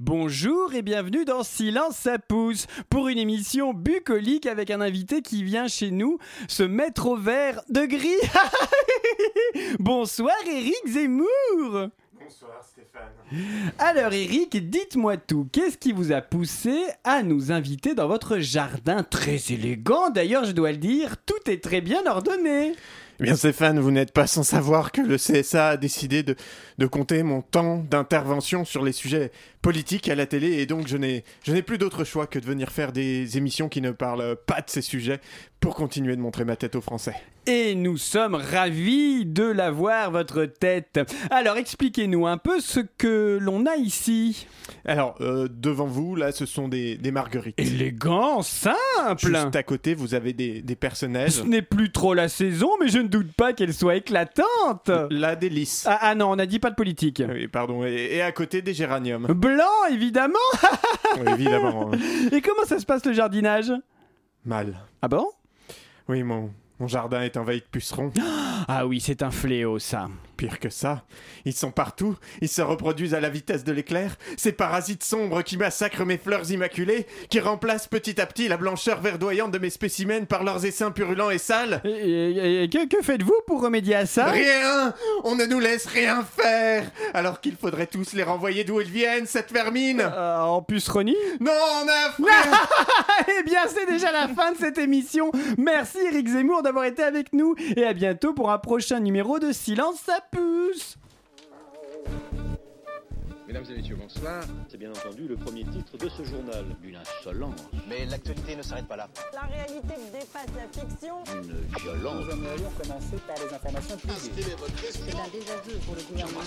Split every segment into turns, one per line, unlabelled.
Bonjour et bienvenue dans Silence ça pousse pour une émission bucolique avec un invité qui vient chez nous se mettre au vert de gris. Bonsoir Eric Zemmour.
Bonsoir Stéphane.
Alors Eric, dites-moi tout, qu'est-ce qui vous a poussé à nous inviter dans votre jardin très élégant D'ailleurs, je dois le dire, tout est très bien ordonné.
Eh bien Stéphane, vous n'êtes pas sans savoir que le CSA a décidé de, de compter mon temps d'intervention sur les sujets politiques à la télé et donc je n'ai, je n'ai plus d'autre choix que de venir faire des émissions qui ne parlent pas de ces sujets pour continuer de montrer ma tête aux Français.
Et nous sommes ravis de la voir, votre tête. Alors expliquez-nous un peu ce que l'on a ici.
Alors, euh, devant vous, là, ce sont des, des marguerites.
Élégant, simple.
Juste à côté, vous avez des, des personnages.
Ce n'est plus trop la saison, mais je ne doute pas qu'elle soit éclatante.
La délice.
Ah, ah non, on n'a dit pas de politique.
Oui, pardon. Et, et à côté, des géraniums.
Blanc, évidemment.
Oui, évidemment. hein.
Et comment ça se passe le jardinage
Mal.
Ah bon
Oui, mon, mon jardin est envahi de pucerons.
Ah oui, c'est un fléau ça.
Pire que ça, ils sont partout, ils se reproduisent à la vitesse de l'éclair, ces parasites sombres qui massacrent mes fleurs immaculées, qui remplacent petit à petit la blancheur verdoyante de mes spécimens par leurs essaims purulents et sales.
Et, et- et que, que faites-vous pour remédier à ça
Rien On ne nous laisse rien faire Alors qu'il faudrait tous les renvoyer d'où ils viennent, cette vermine
Euh, En puceronie
Non, en Afrique
Eh bien, c'est déjà la fin de cette émission. Merci Eric Zemmour d'avoir été avec nous et à bientôt pour un prochain numéro de Silence ça pousse.
Mesdames et messieurs, bonsoir.
C'est bien entendu le premier titre de ce journal. Une insolence,
Mais l'actualité ne s'arrête pas là.
La réalité dépasse la fiction.
une violence.
C'est un désaveu pour le gouvernement.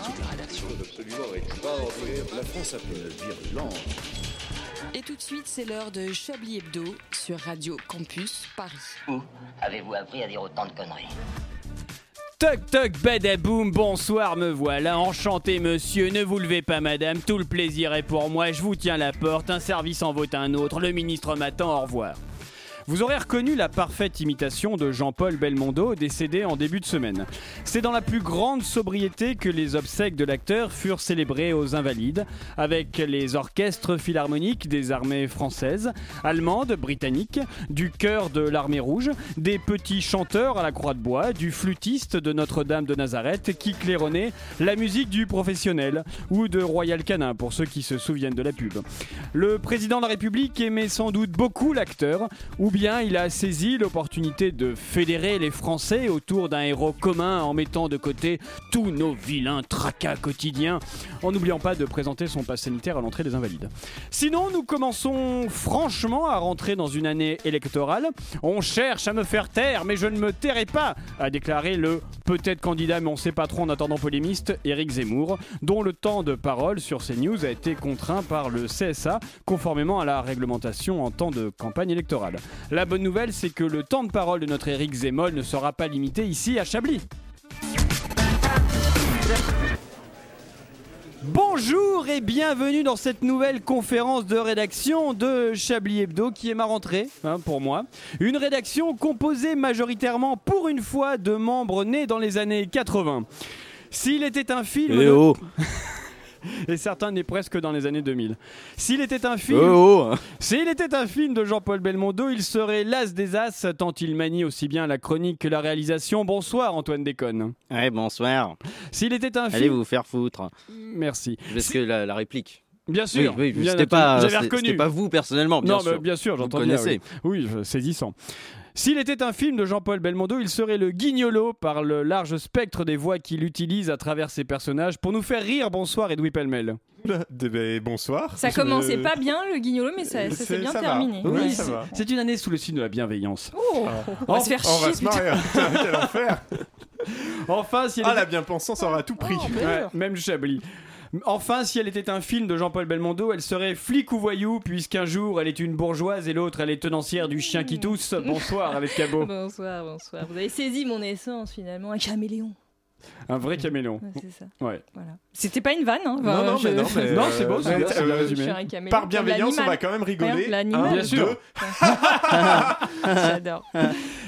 Et tout de suite, c'est l'heure de Chablis Hebdo sur Radio Campus Paris.
Où avez-vous appris à dire autant de conneries
Toc toc badaboum, bonsoir, me voilà, enchanté monsieur, ne vous levez pas madame, tout le plaisir est pour moi, je vous tiens la porte, un service en vaut un autre, le ministre m'attend, au revoir. Vous aurez reconnu la parfaite imitation de Jean-Paul Belmondo, décédé en début de semaine. C'est dans la plus grande sobriété que les obsèques de l'acteur furent célébrées aux Invalides, avec les orchestres philharmoniques des armées françaises, allemandes, britanniques, du chœur de l'armée rouge, des petits chanteurs à la croix de bois, du flûtiste de Notre-Dame de Nazareth qui claironnait la musique du professionnel ou de Royal Canin pour ceux qui se souviennent de la pub. Le président de la République aimait sans doute beaucoup l'acteur, ou bien il a saisi l'opportunité de fédérer les Français autour d'un héros commun en mettant de côté tous nos vilains tracas quotidiens, en n'oubliant pas de présenter son pass sanitaire à l'entrée des Invalides. Sinon, nous commençons franchement à rentrer dans une année électorale. On cherche à me faire taire, mais je ne me tairai pas, a déclaré le peut-être candidat, mais on sait pas trop en attendant polémiste, Éric Zemmour, dont le temps de parole sur CNews a été contraint par le CSA, conformément à la réglementation en temps de campagne électorale. La bonne nouvelle, c'est que le temps de parole de notre Éric Zemmour ne sera pas limité ici à Chablis. Bonjour et bienvenue dans cette nouvelle conférence de rédaction de Chablis Hebdo qui est ma rentrée hein, pour moi. Une rédaction composée majoritairement pour une fois de membres nés dans les années 80. S'il était un
Eh
film...
oh.
de- Et certains nés presque dans les années 2000. S'il était un film...
Eh oh.
S'il était un film de Jean-Paul Belmondo, il serait l'as des as tant il manie aussi bien la chronique que la réalisation. Bonsoir Antoine Déconne.
Ouais, bonsoir.
S'il était un film...
Allez vous faire foutre.
Merci.
Parce que la, la réplique.
Bien sûr.
oui, oui,
bien
c'était
entendu.
pas,
J'avais
c'est-
reconnu.
c'était pas vous personnellement, bien
non,
sûr.
mais bien sûr,
Vous
j'entends bien.
connaissez.
Oui, oui, saisissant. S'il était un film de Jean-Paul Belmondo, il serait le guignolo par le large spectre des voix qu'il utilise à travers ses personnages pour nous faire rire. Bonsoir Edoui Pellemel.
Eh ben, Bonsoir
Ça
Je-
commençait pas bien le guignolo, mais ça, ça
C'est-
s'est bien
ça va.
terminé.
Oui,
Ouais.
ça va.
C'est une année sous le signe de la bienveillance.
Oh, on va se faire
On va
chier.
se marier Putain, euh, Quel enfer
Enfin, si elle
Ah,
était-
la bien-pensance aura tout pris
Oh,
Oh,
bah,
Ouais, même Chablis. Enfin, si elle était un film de Jean-Paul Belmondo, elle serait flic ou voyou, puisqu'un jour elle est une bourgeoise et l'autre elle est tenancière du chien qui tousse. Bonsoir avec Cabot.
Bonsoir, bonsoir. Vous avez saisi mon essence finalement, un caméléon.
Un vrai caméléon.
Ouais, c'est ça.
Ouais.
Voilà. C'était pas une vanne, hein. Enfin,
non, non,
je-
mais non, mais-
Non, c'est beau, c'est
Euh,
bien, c'est bien
euh,
je suis
résumé.
un caméléon
Par
comme
bienveillance, on
l'animal.
va quand même rigoler. Hein.
Regarde, l'animal.
Un,
Bien sûr.
deux.
J'adore.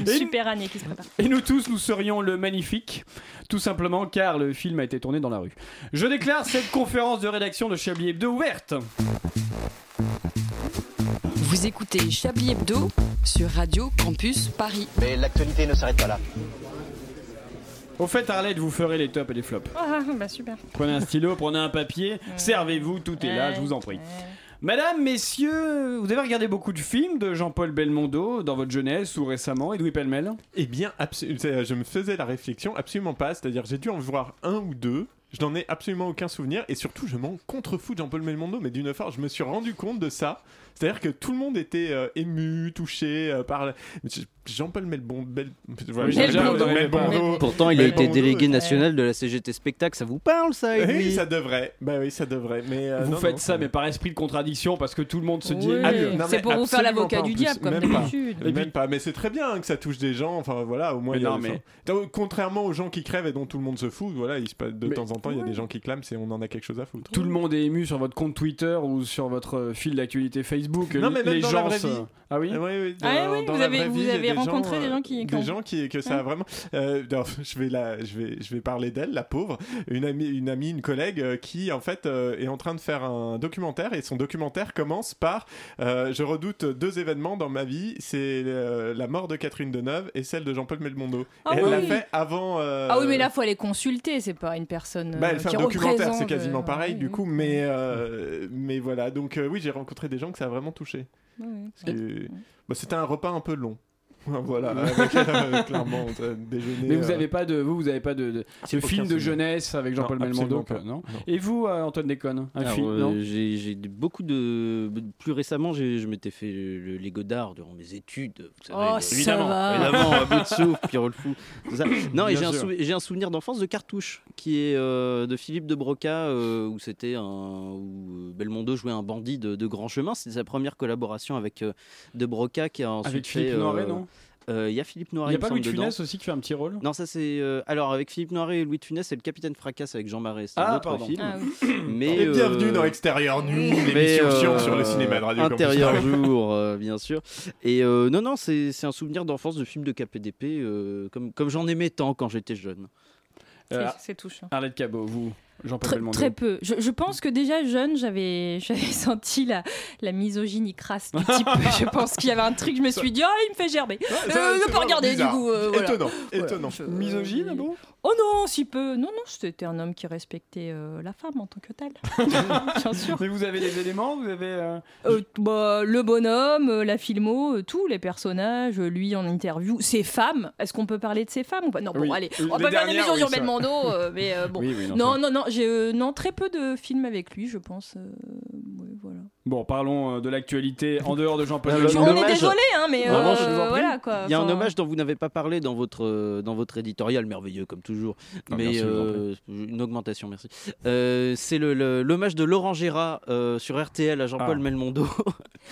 Une
Et-
Super année qui se prépare.
Et nous tous, nous serions le magnifique, tout simplement car le film a été tourné dans la rue. Je déclare cette conférence de rédaction de Chablis Hebdo ouverte.
Vous écoutez Chablis Hebdo sur Radio Campus Paris.
Mais l'actualité ne s'arrête pas là.
Au fait, Arlette, vous ferez les tops et les flops.
Ah, bah super.
Prenez un stylo, prenez un papier, servez-vous, tout est là, je vous en prie. Madame, messieurs, vous avez regardé beaucoup de films de Jean-Paul Belmondo dans votre jeunesse ou récemment, et Louis Pellemel
Eh bien, absu- c'est- je me faisais la réflexion, absolument pas. C'est-à-dire, j'ai dû en voir un ou deux. Je n'en ai absolument aucun souvenir. Et surtout, je m'en contrefous de Jean-Paul Belmondo, mais d'une part, je me suis rendu compte de ça. C'est-à-dire que tout le monde était euh, ému, touché euh, par. la- Je- Jean-Paul Melbon. Bel... voilà,
Jean-Paul
Jean-Paul
Belmondo.
Belmondo.
Pourtant, il a
Mais
été
bon,
délégué
ouais.
national de la CGT Spectacle, ça vous parle ça
Eh
Edoui
Oui, ça devrait. Bah oui, ça devrait. Mais euh,
Vous
non,
faites
non,
ça, mais par esprit de contradiction, parce que tout le monde se dit.
Oui.
Ah, mais- non, mais
C'est pour vous faire
absolument
l'avocat
pas, en
du
plus.
diable, comme
Même pas.
d'habitude.
Et
même
puis-
pas, mais c'est très bien hein, que ça touche des gens. Enfin voilà, au moins.
Mais
il y a-
non, mais-
enfin, contrairement aux gens qui crèvent et dont tout le monde se fout, voilà, il se passe- de
Mais-
temps en temps, il y a des gens qui clament et on en a quelque chose à foutre.
Tout le monde est ému sur votre compte Twitter ou sur votre euh, fil d'actualité Facebook.
Non, mais même
les
dans la
gens
vraie
se-
vie.
Ah oui
Ah ouais, ouais,
Ah
dans-
oui,
dans
vous
la
avez-
vraie
vous
vie, il y a euh,
avez rencontré des gens qui- qui
des
ont-
gens qui que ça a vraiment. euh, non, je vais la, je vais, je vais parler d'elle, la pauvre, une amie, une amie, une collègue euh, qui en fait euh, est en train de faire un documentaire et son documentaire commence par euh, je redoute deux événements dans ma vie, c'est euh, la mort de Catherine Deneuve et celle de Jean-Paul Melmondo.
Ah
Et elle l'a
oui.
fait avant. euh,
Ah oui, mais là, faut aller consulter, c'est pas une personne.
bah,
euh,
elle fait
qui
un documentaire, c'est
représente,
quasiment
euh,
pareil
oui,
du
oui.
coup, mais euh, mais voilà. Donc euh, oui, j'ai rencontré des gens que ça a vraiment touché.
Oui, oui.
Et- bah, c'était un repas un peu long. voilà, avec, euh, clairement, euh, déjeuner.
Mais vous
euh,
n'avez pas de, vous, vous avez pas de, de- de
aucun
film de
souvenir.
jeunesse avec Jean-Paul
Non,
Belmondo,
absolument
quoi,
pas.
non
Non.
Et vous, euh, Antoine Déconne, un
Alors,
film
euh,
non
j'ai j'ai beaucoup de. Plus récemment, j'ai- je m'étais fait le, les Godards durant mes études. Vous savez, euh,
Oh,
le-
ça
évidemment,
va.
évidemment, à bout de souffle, Pierrot le fou. tout ça. Non, et
Ah. Bien
j'ai un,
sûr.
sou- j'ai un souvenir d'enfance de Cartouche, qui est euh, de Philippe de Broca, euh, où c'était un. où euh, Belmondo jouait un bandit de, de grand chemin. C'était sa première collaboration avec euh, de Broca, qui a ensuite
Avec
fait.
Philippe
euh,
Noiret, non
euh, Il y a Philippe
Il
Noiret.
n'y a
me
pas Louis de
semble, dedans.
Funès aussi qui fait un petit rôle
Non, ça c'est. euh, alors, avec Philippe Noiret et Louis de Funès, c'est le Capitaine Fracasse avec Jean Marais. C'est
Ah,
un autre
pardon.
film.
Ah oui.
Mais,
Et
euh,
bienvenue dans Extérieur Nuit,
mais,
l'émission
euh,
science sur le cinéma de Radio Campus
Intérieur
Paris.
jour, euh, bien sûr. Et euh, non, non, c'est c'est un souvenir d'enfance de films de KPDP, euh, comme, comme j'en aimais tant quand j'étais jeune.
Euh,
C'est- C'est touchant.
Arlette Cabot, vous, Jean-Paul
Très,
Belmondo.
très peu. Je, je pense que déjà jeune, j'avais j'avais senti la, la misogynie crasse du type. je pense qu'il y avait un truc, je me suis dit, oh, il me fait gerber.
Ouais, ça,
Euh,
c'est
ne pas
vraiment
regarder, du
bizarre.
coup. euh, voilà.
Étonnant, étonnant.
Je-
Misogyne, ah bon
Oh non, si peu. Non, non, c'était un homme qui respectait euh, la femme en tant que telle. Bien sûr.
Mais vous avez les éléments, vous avez. euh,
Euh, bah, le bonhomme, euh, la filmo, euh, tous les personnages, euh, lui en interview, ses femmes. Est-ce qu'on peut parler de ses femmes ou pas Non,
Oui.
bon, allez,
Les
on va pas faire des
dernières,
mesures
oui,
sur
ça.
Belmondo, euh, mais euh, bon.
Oui, oui, non,
Non,
ça-
non, non, j'ai euh, non, très peu de films avec lui, je pense. euh, ouais, voilà.
Bon, parlons euh, de l'actualité en dehors de Jean-Paul
Ah, bah,
Belmondo.
On est
hommage.
désolé, hein, mais euh,
Vraiment, je vous en prie.
voilà quoi.
Il y a un
Enfin,
hommage dont vous n'avez pas parlé dans votre, euh, dans votre éditorial, merveilleux comme toujours,
Ah,
mais
merci, je vous en
euh, une augmentation, merci. Euh, c'est le- le- l'hommage de Laurent Gérard euh, sur RTL à Jean-Paul
Ah.
Melmondo.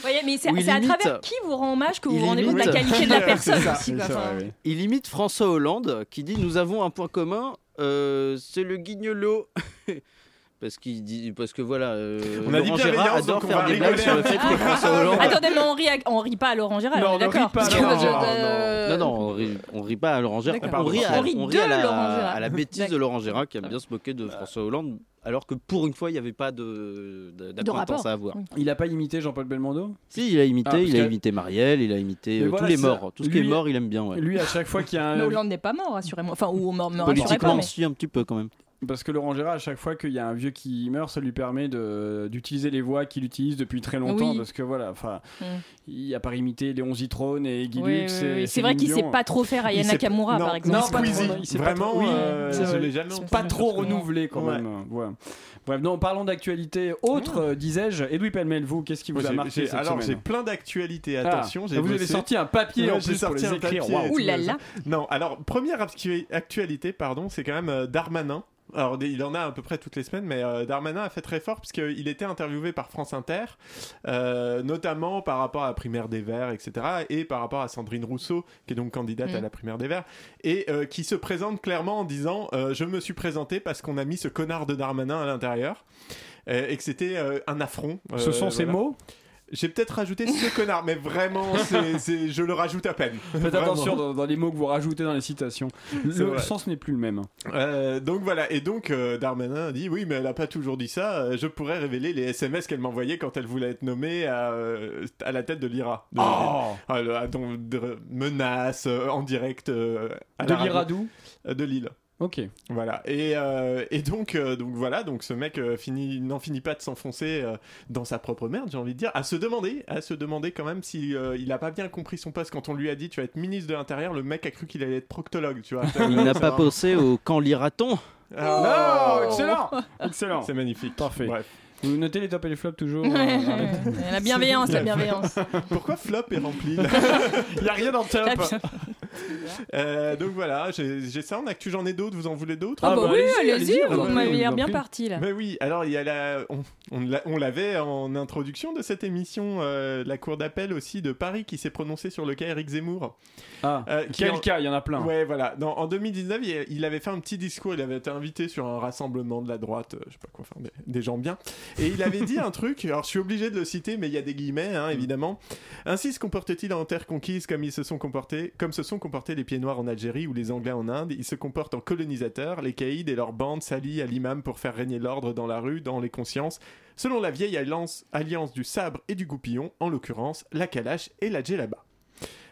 voyez, mais c'est
où il
c'est à
imite-
travers qui vous rend hommage que vous
il
vous rendez compte de la
imite-
qualité de la personne
C'est ça,
aussi. quoi. Enfin,
Il imite François Hollande qui dit Nous avons un point commun, euh, c'est le guignolo. parce, qu'il dit, parce que voilà, euh,
On a dit
Laurent
bienveillance,
Gérard adore
donc on
faire
va
des blagues
rigoler
sur le
un
fait
petit
que
peu.
François Hollande.
Attendez, mais on rit, à- on rit pas à Laurent Gérard,
Non,
on
on
est
ne rit
d'accord.
pas à
parce que-
Laurent
je-
Gérard,
euh,
Non, non, on rit, on rit pas à Laurent Gérard.
D'accord.
On rit, à,
On rit
on rit à
de
la,
Laurent Gérard.
à la bêtise de
D'accord.
Laurent Gérard qui aime bien se moquer de François Hollande, alors que pour une fois, il n'y avait pas de, de, d'acquaintance
rapport.
à avoir.
Oui.
Il a pas imité Jean-Paul Belmondo
Si, il a imité,
Ah, parce
il a
que-
imité Marielle, il a imité
Mais
euh,
voilà,
tous les
ça-
morts. Tout ce qui
lui-
est mort, il aime bien. Ouais.
Lui, à chaque fois qu'il y a
Mais
un.
Hollande n'est pas mort, rassurez-moi. Enfin, ou on me, me rassurez pas.
Politiquement,
Mais...
si, un petit peu quand même.
Parce que Laurent Gérard, à chaque fois qu'il y a un vieux qui meurt, ça lui permet de- d'utiliser les voix qu'il utilise depuis très longtemps.
Oui.
Parce que voilà, enfin,
Mm.
il a pas imité Léon Zitrone et Guy
Oui, oui,
Lux.
oui,
et
oui. C'est vrai
Céline
qu'il sait
Dion.
pas trop faire
Il
Ayana
s'est-
Kamura,
non,
par exemple.
non,
C'est pas
Squeezie.
trop- il s'est pas
Vraiment,
trop- oui,
euh,
c'est
je
vrai.
l'ai jamais
C'est
entendu.
pas trop
Ouais.
renouvelé quand même. Ouais. Bref, non, parlons d'actualité autre, euh, disais-je. Edoui Pellemel, vous, qu'est-ce qui vous
Moi,
a
j'ai-
marqué
j'ai-
cette
Alors, j'ai
semaine hein.
plein d'actualités,
Ah,
attention. j'ai
vous avez
bossé.
sorti un papier
Ouais,
en plus
j'ai
pour
sorti
les
un
écrire.
papier.
Waouh.
Ouh là là.
Non, alors, première actu- actualité, pardon, c'est quand même euh, Darmanin Alors, des- il en a à peu près toutes les semaines, mais euh, Darmanin a fait très fort puisqu'il était interviewé par France Inter, euh, notamment par rapport à la primaire des Verts, etc., et par rapport à Sandrine Rousseau, qui est donc candidate
Mm.
à la primaire des Verts, et euh, qui se présente clairement en disant euh, Je me suis présenté parce qu'on a mis ce connard de Darmanin à l'intérieur. euh, et que c'était euh, un affront.
Ce
euh,
sont ces
voilà.
mots
J'ai peut-être rajouté ce connard, mais vraiment, c'est- c'est- je le rajoute à peine.
Faites
Vraiment.
attention dans, dans les mots que vous rajoutez dans les citations.
C'est
Le
vrai.
sens n'est plus le même.
Euh, donc voilà, et donc euh, Darmanin a dit oui, mais elle a pas toujours dit ça. Euh, je pourrais révéler les SMS qu'elle m'envoyait quand elle voulait être nommée à, euh, à la tête de l'IRA. De,
Oh
Ah, le- ah, donc, de- menaces euh, en direct euh, à
De
la radio-
l'Iradou
euh, de Lille.
Ok.
Voilà. Et, euh, et donc, euh, donc voilà, donc ce mec euh, finit- n'en finit pas de s'enfoncer euh, dans sa propre merde, j'ai envie de dire, à se demander, à se demander quand même si euh, il a pas bien compris son poste quand on lui a dit tu vas être ministre de l'intérieur. Le mec a cru qu'il allait être proctologue, tu vois.
Il n'a pas pensé au quand lira-t-on
Ah,
Oh, excellent Excellent
C'est magnifique.
Parfait.
Bref.
Vous notez les tops et les flops toujours euh, arrêtez.
la bienveillance, la bienveillance.
Pourquoi flop est rempli là
Il n'y a rien dans le top
La bien-
Euh, Donc voilà, j'ai j'ai ça en actu, j'en ai d'autres, vous en voulez d'autres
Ah
Ah
bah
bah
oui,
allez-y,
allez-y,
allez-y,
vous
allez-y, je
m'avez
vous en
l'air bien
prie.
parti là.
mais oui, alors il y a la, on, on l'a- on l'avait en introduction de cette émission, euh, la cour d'appel aussi de Paris qui s'est prononcée sur le cas Eric Zemmour.
Ah,
Euh,
quel
qui en-
cas Il y en a plein.
Ouais, voilà. Dans- en 2019, il, il avait fait un petit discours. Il avait été invité sur un rassemblement de la droite, euh, je sais pas quoi faire, des, des gens bien. Et il avait dit un truc. Alors, je suis obligé de le citer, mais il y a des guillemets, hein, évidemment. Ainsi se comportent-ils en terre conquise comme ils se sont comportés, comme se sont comportés les pieds noirs en Algérie ou les Anglais en Inde. Ils se comportent en colonisateurs. Les caïds et leurs bandes s'allient à l'imam pour faire régner l'ordre dans la rue, dans les consciences. Selon la vieille alliance, alliance du sabre et du goupillon, en l'occurrence la calache et la djellaba.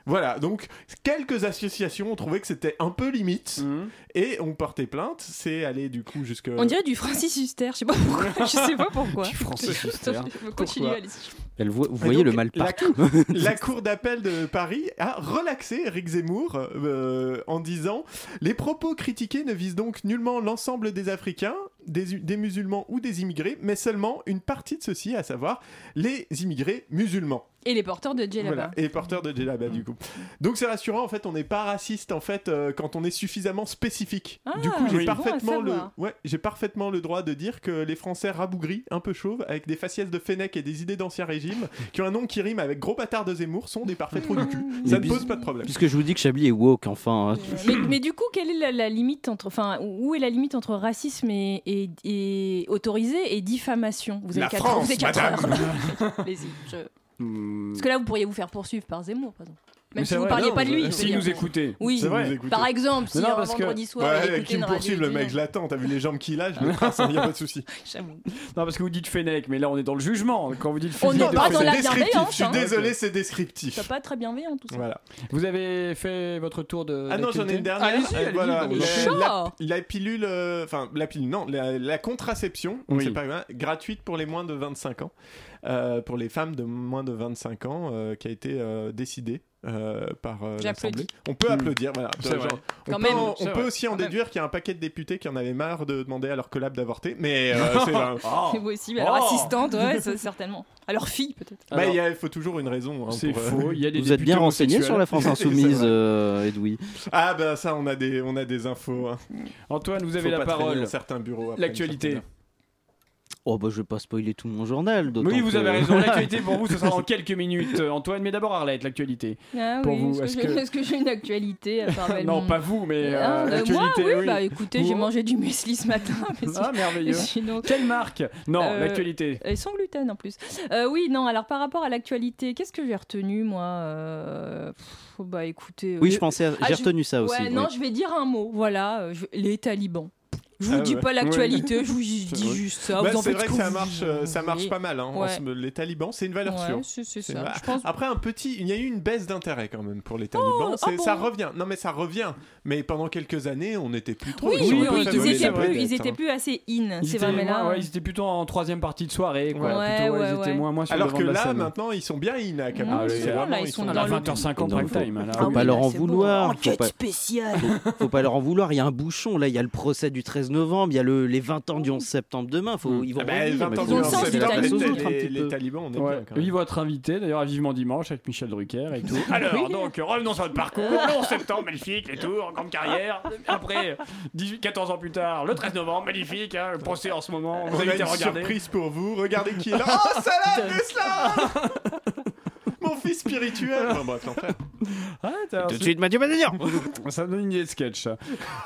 Voilà, donc quelques associations ont trouvé que c'était un peu limite
Mm.
Mhm.
et ont porté plainte. C'est allé du coup jusque.
On dirait du Francis Huster, je sais pas pourquoi. Je sais pas pourquoi.
Du Francis Huster.
Continue,
Pourquoi
allez-y.
Elle voit- Vous
Et
voyez
donc,
le mal
la-
partout.
La cour d'appel de Paris a relaxé Eric Zemmour euh, en disant Les propos critiqués ne visent donc nullement l'ensemble des Africains, des, des musulmans ou des immigrés, mais seulement une partie de ceux-ci, à savoir les immigrés musulmans.
Et les porteurs de Jay
Voilà,
là-bas.
et porteurs de djellaba du coup.
Mm.
Donc c'est rassurant, en fait, on n'est pas raciste en fait euh, quand on est suffisamment spécifique.
Ah,
du coup, j'ai
oui.
parfaitement
bon à
le,
savoir.
ouais, j'ai parfaitement le droit de dire que les Français rabougris, un peu chauves, avec des faciès de Fennec et des idées d'ancien régime, qui ont un nom qui rime avec gros bâtard de Zemmour, sont des parfaits trous du cul.
Mm.
Ça ne
Mais
pose pas de problème.
Puisque je vous dis que Chablis est woke, enfin. hein.
Mais, mais du coup, quelle est la, la limite entre, enfin, où est la limite entre racisme et, et- et autorisé et diffamation Vous
La
quatre-
France,
vous avez quatre
madame.
heures. Allez-y, je-
Hmm.
Parce que là, vous pourriez vous faire poursuivre par Zemmour, par exemple. Même
Mais
si
c'est
vous
vrai,
parliez
non,
pas de lui. je veux
S'il
dire.
nous écoutait.
Oui.
C'est vrai.
Par exemple, si
Non,
un
parce que-
vendredi soir, il
Ouais,
écoutait
qui
une
me
radio
poursuive, le mec, je
étudiante.
l'attends. T'as vu les jambes qu'il a, je le trace, il n'y a pas de souci.
J'avoue.
Non, parce que vous dites Fennec, mais là on est dans le jugement. Quand vous dites
On
Fennec,
est pas dans
c'est
la
descriptif,
bienveillance,
je suis
hein.
désolé, c'est
Ça
descriptif.
pas très bienveillant tout ça.
Voilà.
vous avez fait votre tour de.
Ah non, j'en ai une
d'actualité
dernière.
Allez-y,
Euh,
allez-y,
voilà,
allez-y.
on est
la-
chaud.
la, la pilule, euh, enfin la pilule, non, la, la contraception, on
Oui.
sait pas hein, gratuite pour les moins de 25 ans, euh, pour les femmes de moins de 25 ans, euh, qui a été euh, décidée. euh, par euh,
J'applaudis.
l'Assemblée. On peut
Mm.
applaudir, voilà.
C'est
Genre,
vrai.
on
Quand
peut,
même.
en-
C'est
on
vrai.
peut aussi en
Quand même.
déduire qu'il y a un paquet de députés qui en avaient marre de demander à leur collab d'avorter, mais euh, c'est un-
Oh.
C'est possible. Alors,
Oh.
assistante, ouais, ça, certainement. À leur fille, peut-être.
bah,
Alors,
il y a- faut toujours une raison. hein,
C'est
pour, euh,
faux. Il y a des
Vous êtes
députés
bien renseigné sur la
homosexuels.
France
C'est
Insoumise,
vrai.
euh, Edoui.
Ah bah ça, on a des, on a des infos. hein.
Antoine, vous avez
Faut
la
pas traîner
parole.
dans Certains bureaux. après une
L'actualité.
certaine heure.
Oh bah je vais pas spoiler tout mon journal. d'autant
Oui, vous
que-
avez raison. L'actualité pour vous, ce sera dans quelques minutes, euh, Antoine. Mais d'abord, Arlette, l'actualité.
Ah
Pour
oui,
vous,
est-ce que
est-ce
j'ai-
que-
est-ce que j'ai une actualité à part
Non,
Belmond
pas vous, mais euh,
Ah, euh, moi,
l'actualité.
oui,
oui.
bah écoutez, j'ai
Vous-
mangé du muesli ce matin. mais si-
Ah,
mais
merveilleux.
sinon-
Quelle marque Non,
Euh,
l'actualité.
Et sans gluten en plus. Euh, oui, non, alors par rapport à l'actualité, qu'est-ce que j'ai retenu moi Euh, pff, Bah écoutez. euh,
Oui,
je-
je pensais, à-
Ah,
j'ai
je-
retenu ça aussi.
Ouais,
oui.
non, je vais dire un mot. Voilà, euh, je- les talibans. Je vous
Ah
dis
ouais.
pas l'actualité, je vous dis
C'est vrai.
juste ça.
Bah,
Ah, vous en
c'est
faites
vrai
ce
que
que
ça
vous
marche, euh, ça marche
voulez.
pas mal. hein, en
Ouais.
ce- les talibans, c'est une valeur sûre.
Ouais, hein, c'est c'est
C'est
ça.
vrai.
Je pense.
Après un petit, il y a eu une baisse d'intérêt quand même pour les talibans.
ah
C'est-
bon
ça revient. Non mais ça revient. Mais pendant quelques années, on n'était plus trop.
Oui,
ils ont
oui,
un peu
ils,
favorisé
étaient
la
plus,
vedette,
ils étaient
hein.
plus assez in. hein.
Ils
C'est
étaient
vrai, mais là.
moins- ouais, ils étaient plutôt en troisième partie de soirée. Quoi.
Ouais,
Plutôt,
ouais,
ils étaient
ouais.
moins, moins sur le
Alors
devant
que
de la
là,
scène.
maintenant, ils sont bien in à Cap-
Ah,
ils
oui,
sont
là,
vraiment-
ils
ils
sont
sont
dans
à
dans
le-
le-
20h50
Dans le
prime time. là.
Ah
Faut
oui,
bah,
pas
là,
leur en
c'est bon.
vouloir. Faut
Enquête
pas,
spéciale
faut pas leur en vouloir. Il y a un bouchon là. Il y a le procès du 13 novembre, il y a le- les 20 ans du 11 septembre demain. Faut, ils vont
Ah bah,
revenir,
20
mais
ans du
faut
Dans le
leur
onze
sens
laisser
du
la
septembre,
place
timing.
aux
les-
autres un
les-
petit
les
peu.
talibans, on est
Ouais.
bien, quand
Eux,
même.
ils vont être invités d'ailleurs à Vivement Dimanche avec Michel Drucker et tout. Alors, donc, revenons sur notre parcours. Le 11 septembre, magnifique, les tours, grande carrière. Après, 18, 14 ans plus tard, le 13 novembre, magnifique, hein, le procès en ce moment. Vous
On a
invitez
une
à regarder.
surprise pour vous. Regardez qui est là. Oh, Salah Abdeslam Mon fils spirituel Enfin, bref, l'enfer.
Ah, t'as-
Tout de suite, Mathieu Madénian
Ça me donne une idée de sketch. ça.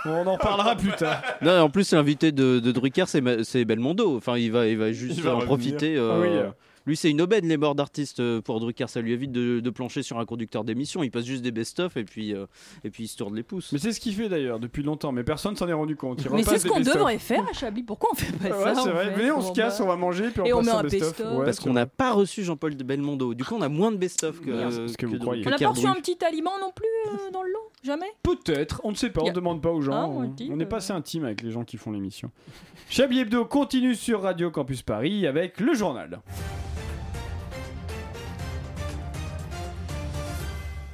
On en parlera plus tard.
Non, en plus, l'invité de, de Drucker, c'est Ma- c'est Belmondo. Enfin, il va, il va juste
Il va
en
revenir.
profiter. euh,
Ah oui.
Lui, c'est une aubaine, les morts d'artistes euh, pour Drucker. Ça lui évite de, de plancher sur un conducteur d'émission. Il passe juste des best-of et, puis, euh, et puis il se tourne les pouces.
Mais c'est ce qu'il fait d'ailleurs depuis longtemps, mais personne s'en est rendu compte. Il
Mais c'est
repasse
ce
des
qu'on
best-of.
devrait faire à Chablis. Pourquoi on fait pas
Ouais,
ça
c'est
en
vrai.
fait
Venez, on se
Comment
casse,
va
on va manger, puis on,
Et on
passe
met
un
un
best-of.
best-of.
Ouais,
Parce
tu
qu'on
vois.
n'a pas reçu Jean-Paul de Belmondo. Du coup, on a moins de best-of que,
Merde, c'est ce que vous
Dru-
croyez.
On n'a pas reçu
Cardruche.
un petit aliment non plus euh, dans le lot Jamais
Peut-être, on ne sait pas, on
Y
ne
a-
demande pas aux gens.
Ah, on
on,
le dit,
on est
euh.
pas assez intime avec les gens qui font l'émission. Chablis Hebdo continue sur Radio Campus Paris avec le journal.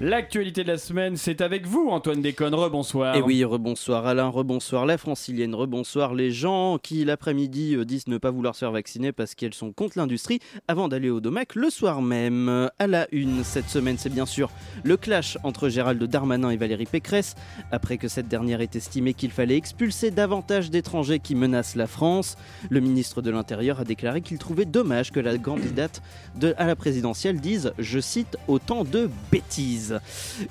L'actualité de la semaine, c'est avec vous, Antoine Déconne. Rebonsoir.
Et Eh oui, rebonsoir Alain, rebonsoir la francilienne, rebonsoir les gens qui l'après-midi euh, disent ne pas vouloir se faire vacciner parce qu'elles sont contre l'industrie avant d'aller au domac le soir même. Euh, À la une, cette semaine, c'est bien sûr le clash entre Gérald Darmanin et Valérie Pécresse, après que cette dernière ait estimé qu'il fallait expulser davantage d'étrangers qui menacent la France. Le ministre de l'Intérieur a déclaré qu'il trouvait dommage que la candidate de- à la présidentielle dise, je cite, autant de bêtises.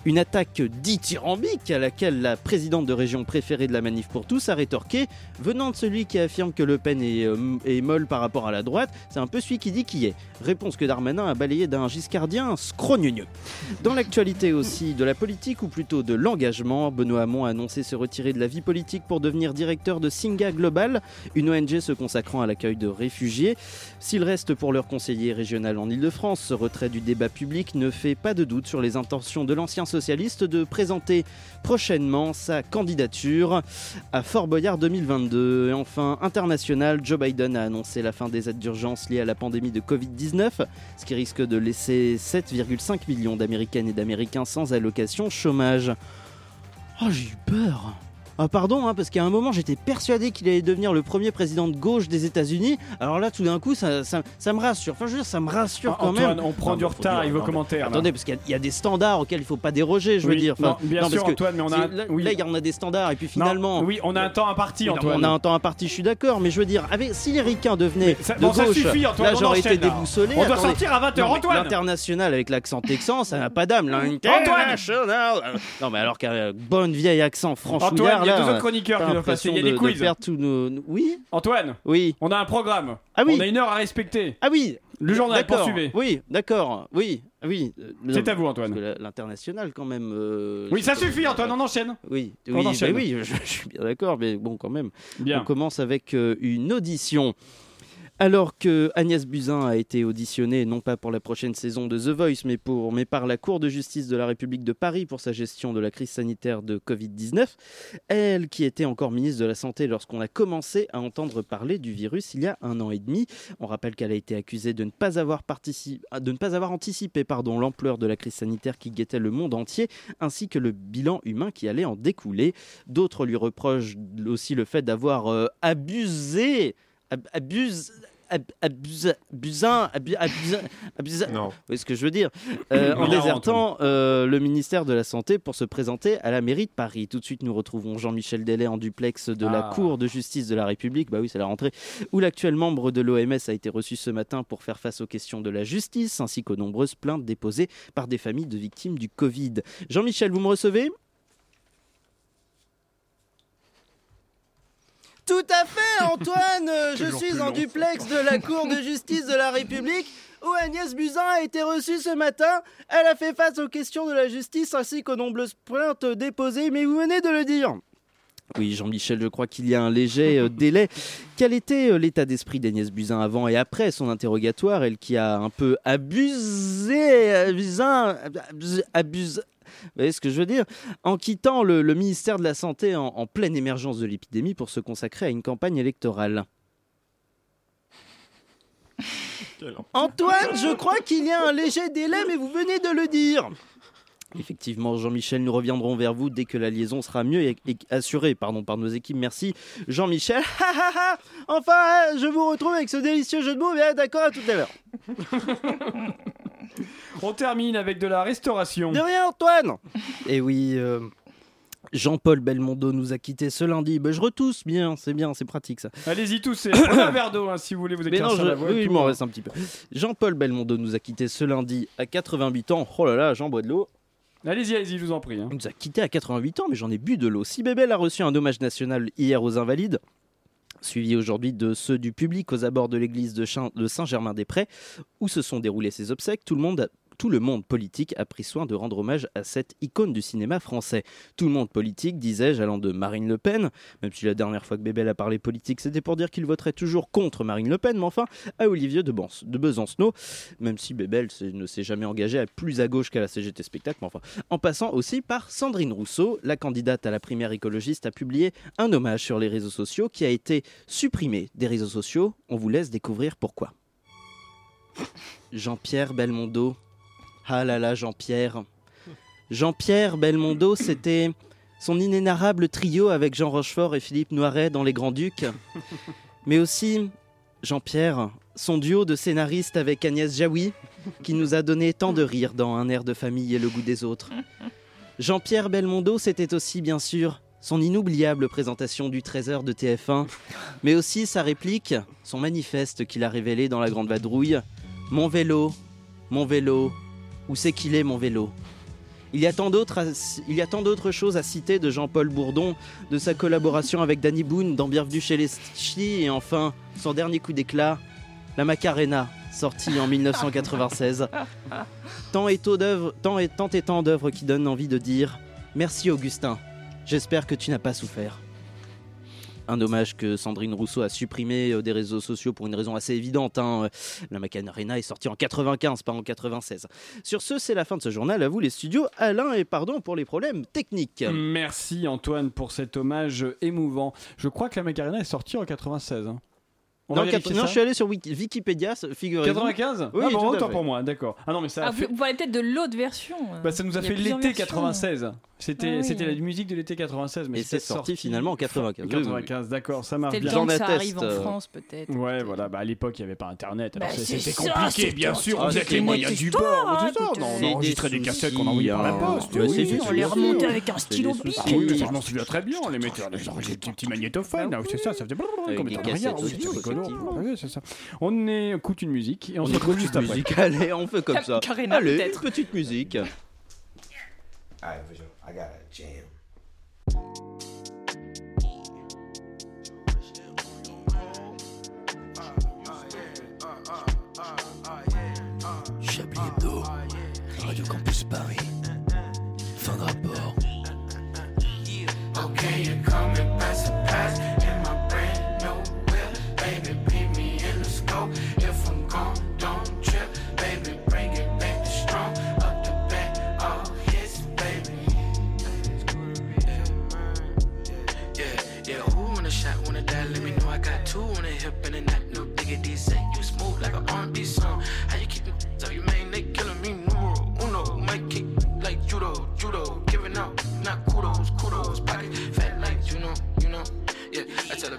Une attaque dithyrambique à laquelle la présidente de région préférée de la manif pour tous a rétorqué, venant de celui qui affirme que Le Pen est, euh, est molle par rapport à la droite, c'est un peu celui qui dit qui est. Réponse que Darmanin a balayée d'un giscardien scrogneux. Dans l'actualité aussi de la politique, ou plutôt de l'engagement, Benoît Hamon a annoncé se retirer de la vie politique pour devenir directeur de Singa Global, une ONG se consacrant à l'accueil de réfugiés. S'il reste pour leur conseiller régional en Ile-de-France, ce retrait du débat public ne fait pas de doute sur les intentions de l'ancien socialiste de présenter prochainement sa candidature à Fort Boyard 2022. Et enfin, international, Joe Biden a annoncé la fin des aides d'urgence liées à la pandémie de Covid-19, ce qui risque de laisser 7,5 millions d'Américaines et d'Américains sans allocation chômage. Oh, j'ai eu peur ah pardon, hein, parce qu'à un moment j'étais persuadé qu'il allait devenir le premier président de gauche des États-Unis. Alors là, tout d'un coup, ça, ça- ça me rassure. Enfin, je veux dire, ça me rassure
Ah,
quand
Antoine,
même.
on prend
Non,
du
faut
retard
dire,
avec vos
non,
commentaires. là.
Attendez, parce qu'il y a- il y, a des standards auxquels il faut pas déroger, je veux
Oui,
dire. Enfin,
non, bien
non,
sûr,
parce que
Antoine, mais on a.
si-
un-
là,
oui.
là, il y en a des standards, et puis
Non,
finalement.
oui, on a un temps imparti,
Non,
Antoine.
on a un temps imparti, je suis d'accord, mais je veux dire, avec, si les ricains devenaient
Mais ça-
de
bon, ça
gauche,
suffit, Antoine,
là
on
j'aurais été
enchaîne, là.
déboussolé.
On doit
Attendez.
sortir à 20h,
Non, mais
Antoine.
L'international avec l'accent texan, ça n'a pas d'âme. là. International. Non, mais alors qu'un euh, bon vieil accent
Antoine,
franchouillard,
il y a
là,
deux
on
autres
a
chroniqueurs qui doivent passer.
l'impression
Il y a
de-
des
de
quiz.
perdre tous nos- nos- Oui,
Antoine,
oui.
on a un programme.
Ah oui,
On a une heure à respecter.
ah oui.
Le journal,
D'accord.
poursuivez.
Oui, d'accord. Oui, ah oui. Euh,
C'est à vous,
parce
Antoine.
que la- L'international, quand même. euh,
Oui, ça
c'est-
suffit, Antoine, on enchaîne.
Oui,
On
oui, bah
enchaîne.
oui, je, je suis bien d'accord, mais bon, quand même. On
Bien.
commence avec euh, une audition. Alors que Agnès Buzyn a été auditionnée non pas pour la prochaine saison de The Voice, mais, pour, mais par la Cour de justice de la République de Paris pour sa gestion de la crise sanitaire de Covid-19, elle qui était encore ministre de la Santé lorsqu'on a commencé à entendre parler du virus il y a un an et demi, on rappelle qu'elle a été accusée de ne pas avoir, partici- ah, de ne pas avoir anticipé pardon, l'ampleur de la crise sanitaire qui guettait le monde entier, ainsi que le bilan humain qui allait en découler. D'autres lui reprochent aussi le fait d'avoir euh, abusé, ab- abuse, ab- abuse, abusin, abu- abusin, abusin-
Non.
Vous voyez ce que je veux dire Euh, En
Il a
désertant euh, le ministère de la Santé pour se présenter à la mairie de Paris. Tout de suite, nous retrouvons Jean-Michel Delay en duplex de la
Ah.
Cour de justice de la République. Bah oui, c'est la rentrée. Où l'actuel membre de l'OMS a été reçu ce matin pour faire face aux questions de la justice ainsi qu'aux nombreuses plaintes déposées par des familles de victimes du Covid. Jean-Michel, vous me recevez Tout à fait, Antoine Euh, Je
Toujours
suis
plus
en
long.
duplex de la Cour de justice de la République où Agnès Buzyn a été reçue ce matin. Elle a fait face aux questions de la justice ainsi qu'aux nombreuses plaintes déposées, mais vous venez de le dire. Oui, Jean-Michel, je crois qu'il y a un léger euh, délai. Quel était euh, l'état d'esprit d'Agnès Buzyn avant et après son interrogatoire Elle qui a un peu abusé, Buzyn, abuse, abuse. Vous voyez ce que je veux dire en quittant le, le ministère de la Santé en, en pleine émergence de l'épidémie pour se consacrer à une campagne électorale. Antoine, je crois qu'il y a un léger délai, mais vous venez de le dire. Effectivement, Jean-Michel, nous reviendrons vers vous dès que la liaison sera mieux et- et- assurée pardon, par nos équipes. Merci, Jean-Michel. Ha, ha, ha enfin, eh, je vous retrouve avec ce délicieux jeu de mots. Bien, D'accord, à tout à l'heure.
On termine avec de la restauration.
De rien, Antoine Et oui, euh, Jean-Paul Belmondo nous a quittés ce lundi. Ben, je retousse bien, c'est bien, c'est pratique ça.
Allez-y tous, et prenez un verre d'eau hein, si vous voulez vous
Mais
éclaircir
non, je-
la voix.
oui,
et
il
tout.
m'en reste un petit peu. Jean-Paul Belmondo nous a quittés ce lundi à 88 ans. Oh là là, j'en bois de l'eau.
Allez-y, allez-y, je vous en prie. hein.
Il nous a quittés à 88 ans, mais j'en ai bu de l'eau. Si Bébel a reçu un hommage national hier aux Invalides, suivi aujourd'hui de ceux du public aux abords de l'église de, Chin- de Saint-Germain-des-Prés, où se sont déroulés ses obsèques, tout le monde a- tout le monde politique a pris soin de rendre hommage à cette icône du cinéma français. Tout le monde politique, disais-je, allant de Marine Le Pen, même si la dernière fois que Bébel a parlé politique, c'était pour dire qu'il voterait toujours contre Marine Le Pen, mais enfin, à Olivier de, Bans- de Besancenot, même si Bébel s'est- ne s'est jamais engagé à plus à gauche qu'à la CGT Spectacle, mais enfin, en passant aussi par Sandrine Rousseau, la candidate à la primaire écologiste, a publié un hommage sur les réseaux sociaux qui a été supprimé des réseaux sociaux. On vous laisse découvrir pourquoi. Jean-Pierre Belmondo. Ah là là, Jean-Pierre. Jean-Pierre Belmondo, c'était son inénarrable trio avec Jean Rochefort et Philippe Noiret dans Les Grands-Ducs. Mais aussi, Jean-Pierre, son duo de scénaristes avec Agnès Jaoui, qui nous a donné tant de rire dans Un air de famille et le goût des autres. Jean-Pierre Belmondo, c'était aussi bien sûr son inoubliable présentation du Trésor de TF1, mais aussi sa réplique, son manifeste qu'il a révélé dans La Grande Vadrouille Mon vélo, mon vélo, où c'est qu'il est mon vélo il y a tant d'autres à- il y a tant d'autres choses à citer de Jean-Paul Bourdon, de sa collaboration avec Danny Boone dans Bienvenue chez les Ch'tis et enfin son dernier coup d'éclat, la Macarena, sortie en 1996. Tant et tôt d'œuvres- tant et tant et tant d'œuvres qui donnent envie de dire merci Augustin. J'espère que tu n'as pas souffert. Un dommage que Sandrine Rousseau a supprimé euh, des réseaux sociaux pour une raison assez évidente. hein. Euh, La Macarena est sortie en 95, pas en 96. Sur ce, c'est la fin de ce journal. À vous les studios. Alain et pardon pour les problèmes techniques.
Hmm. Merci Antoine pour cet hommage émouvant. Je crois que la Macarena est sortie en 96. hein. On
Non,
va vérifier
quatre- non,
ça
je suis allé sur Wiki- Wikipédia, ce- figurez-vous.
95
Oui,
Ah bon,
tout à
autant
fait.
pour moi, d'accord. Ah non, mais ça a
Ah,
fait...
Vous vous parlez peut-être de l'autre version.
hein.
euh.
Bah, ça nous a
Il y
fait
plusieurs
l'été
versions.
96. C'était
Ah oui.
c'était la musique de l'été 96, mais
Et
c'était
c'est sorti finalement en 95.
95, d'accord, ça marche
C'était le
bien.
temps que ça arrive
euh.
en France, peut-être.
Ouais, voilà, bah à l'époque il n'y avait pas internet. Alors
Bah,
c'est-
c'est
c'était
ça,
compliqué,
c'était
bien sûr,
un
vous
truc
êtes Ah, les
de
moyens
notre
du
histoire,
bord. on dit ça,
écoute,
non,
c'est
on
des
enregistrait des
soucis,
cassettes qu'on envoyait par la
hein.
poste.
Bah, c'est des
oui,
soucis.
On les remontait avec un
C'est des
stylo
soucis.
bille.
Ah oui, mais ça, je m'en souviens très bien, on les mettait, on enregistrait des petits magnétophones,
Bah
là, c'est ça, ça faisait blablabla,
Avec
comme
des
étant
cassettes
rien, oui,
aussi,
c'était rigolo.
effectivement.
Ouais, oh, c'est ça. On est- écoute une musique et on,
On
se retrouve
écoute
juste
une
après.
musique. Allez, on fait comme
La
ça.
Macarena,
Allez, une
peut-être.
petite musique.
All right, Visual, I got a jam.
Chablis Hebdo, Radio Campus Paris, fin de rapport.
Okay, you come and pass a pass in my brand new whip. Baby, beat me in the scope. If I'm gone, don't trip. Baby, bring it back to strong. Up the back, all hits, baby. Yeah, yeah, who wanna shot, wanna die? Let me know I got two on the hip and a knot. No diggity, say you smooth like an R&B song. How you keep it so you man? They killing me numero uno. Might kick like judo, judo. Giving out, not kudos, kudos. Body fat like you know, you know. Yeah, I tell her,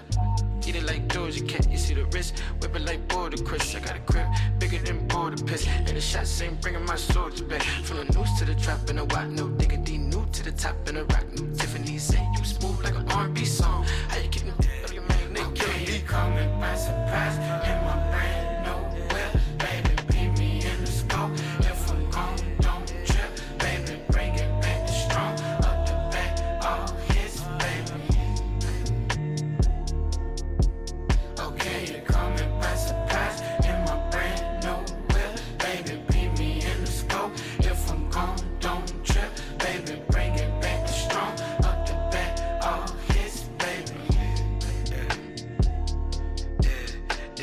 eat it like Doja Cat. You see the wrist, whip it like Boulder Chris. I got a crib bigger than Boulder Piss, and the shots ain't bringing my soldiers back. From the noose to the trap and the why no diggity, new to the top and a rock new Tiffany. Say you smooth like an R&B song. How you keep them? Your man, they killing me. Coming by surprise in my brand new whip. Baby, beat me in the scope. If I'm gone, don't trip. Baby, bring it back to strong. Up the back, all hits, baby. Okay, you're coming by surprise in my brand new whip. Baby, beat me in the scope. If I'm gone, don't trip. Baby, bring it back to strong. Up the back, all hits, baby.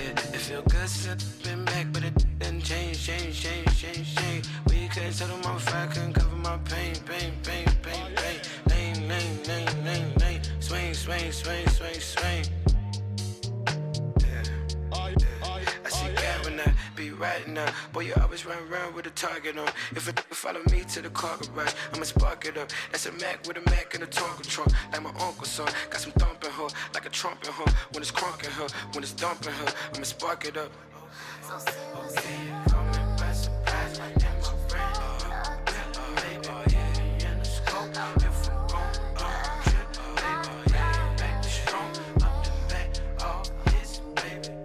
It feel good stepping back, but it didn't change, change, change, change, change. We couldn't settle my fight, couldn't cover my pain, pain, pain, pain, pain. Lane, lane, lane, lane, lane. Swing, swing, swing, swing, swing.
I see God when I be right now. Boy, you always run around with a target on. If a nigga follow me to the car garage, I'ma spark it up. That's a Mac with a Mac and a Tonka truck. Like my uncle's son, got some thumping her, like a trumpet her. When it's crunking her, when it's dumping her, I'ma spark it up. Okay, call me by surprise, my name's friend. Uh, baby, oh yeah, in the scope. If I'm wrong, uh, trip, baby, oh yeah, back to strong. Up to back, all this, baby.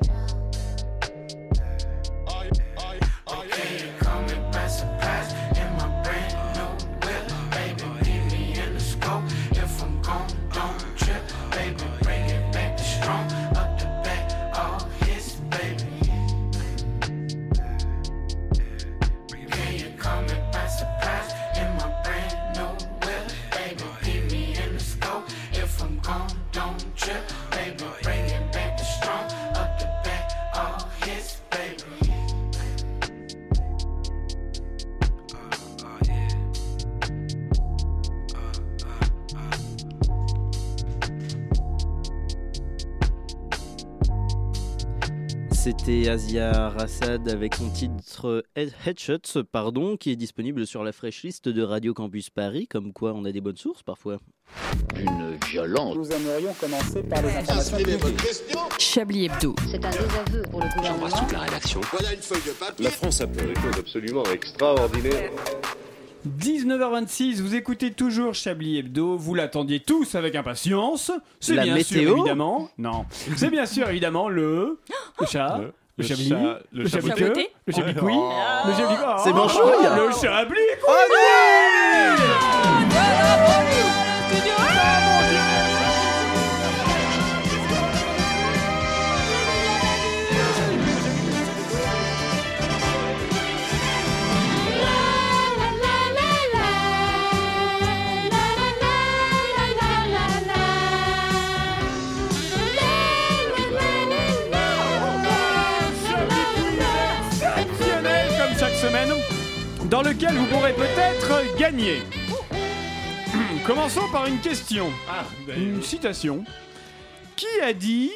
Okay, call me by surprise in my brand new whip. Baby, leave me in the scope. If I'm gone, don't trip. Baby, bring it back to strong. Up to back, all his, baby. Can you call me by surprise in my brand new whip? Baby, leave me in the scope. If I'm gone, don't trip. Baby, bring it back to strong. Up to back, all his, baby.
C'était Asia Rassad avec son titre Head- Headshots, pardon, qui est disponible sur la fraîche liste de Radio Campus Paris, comme quoi on a des bonnes sources parfois.
Une violente.
Nous aimerions commencer par les informations
Chablis Hebdo.
C'est un désaveu pour le gouvernement.
la rédaction.
Voilà une feuille de papier.
La France a fait des choses absolument extraordinaires.
19h26, vous écoutez toujours Chablis Hebdo, vous l'attendiez tous avec impatience. C'est
La
bien sûr
météo
évidemment. Non, c'est bien sûr évidemment le le chat. Le...
le
Chablis,
chat- le
le Chablis,
chaboté.
le Chablis
Oh.
oui, le Chablis oh,
C'est Manchouille.
le Chablis
Oh
exceptionnel comme chaque semaine, dans lequel vous pourrez peut-être gagner. Commençons par une question, une citation. Qui a dit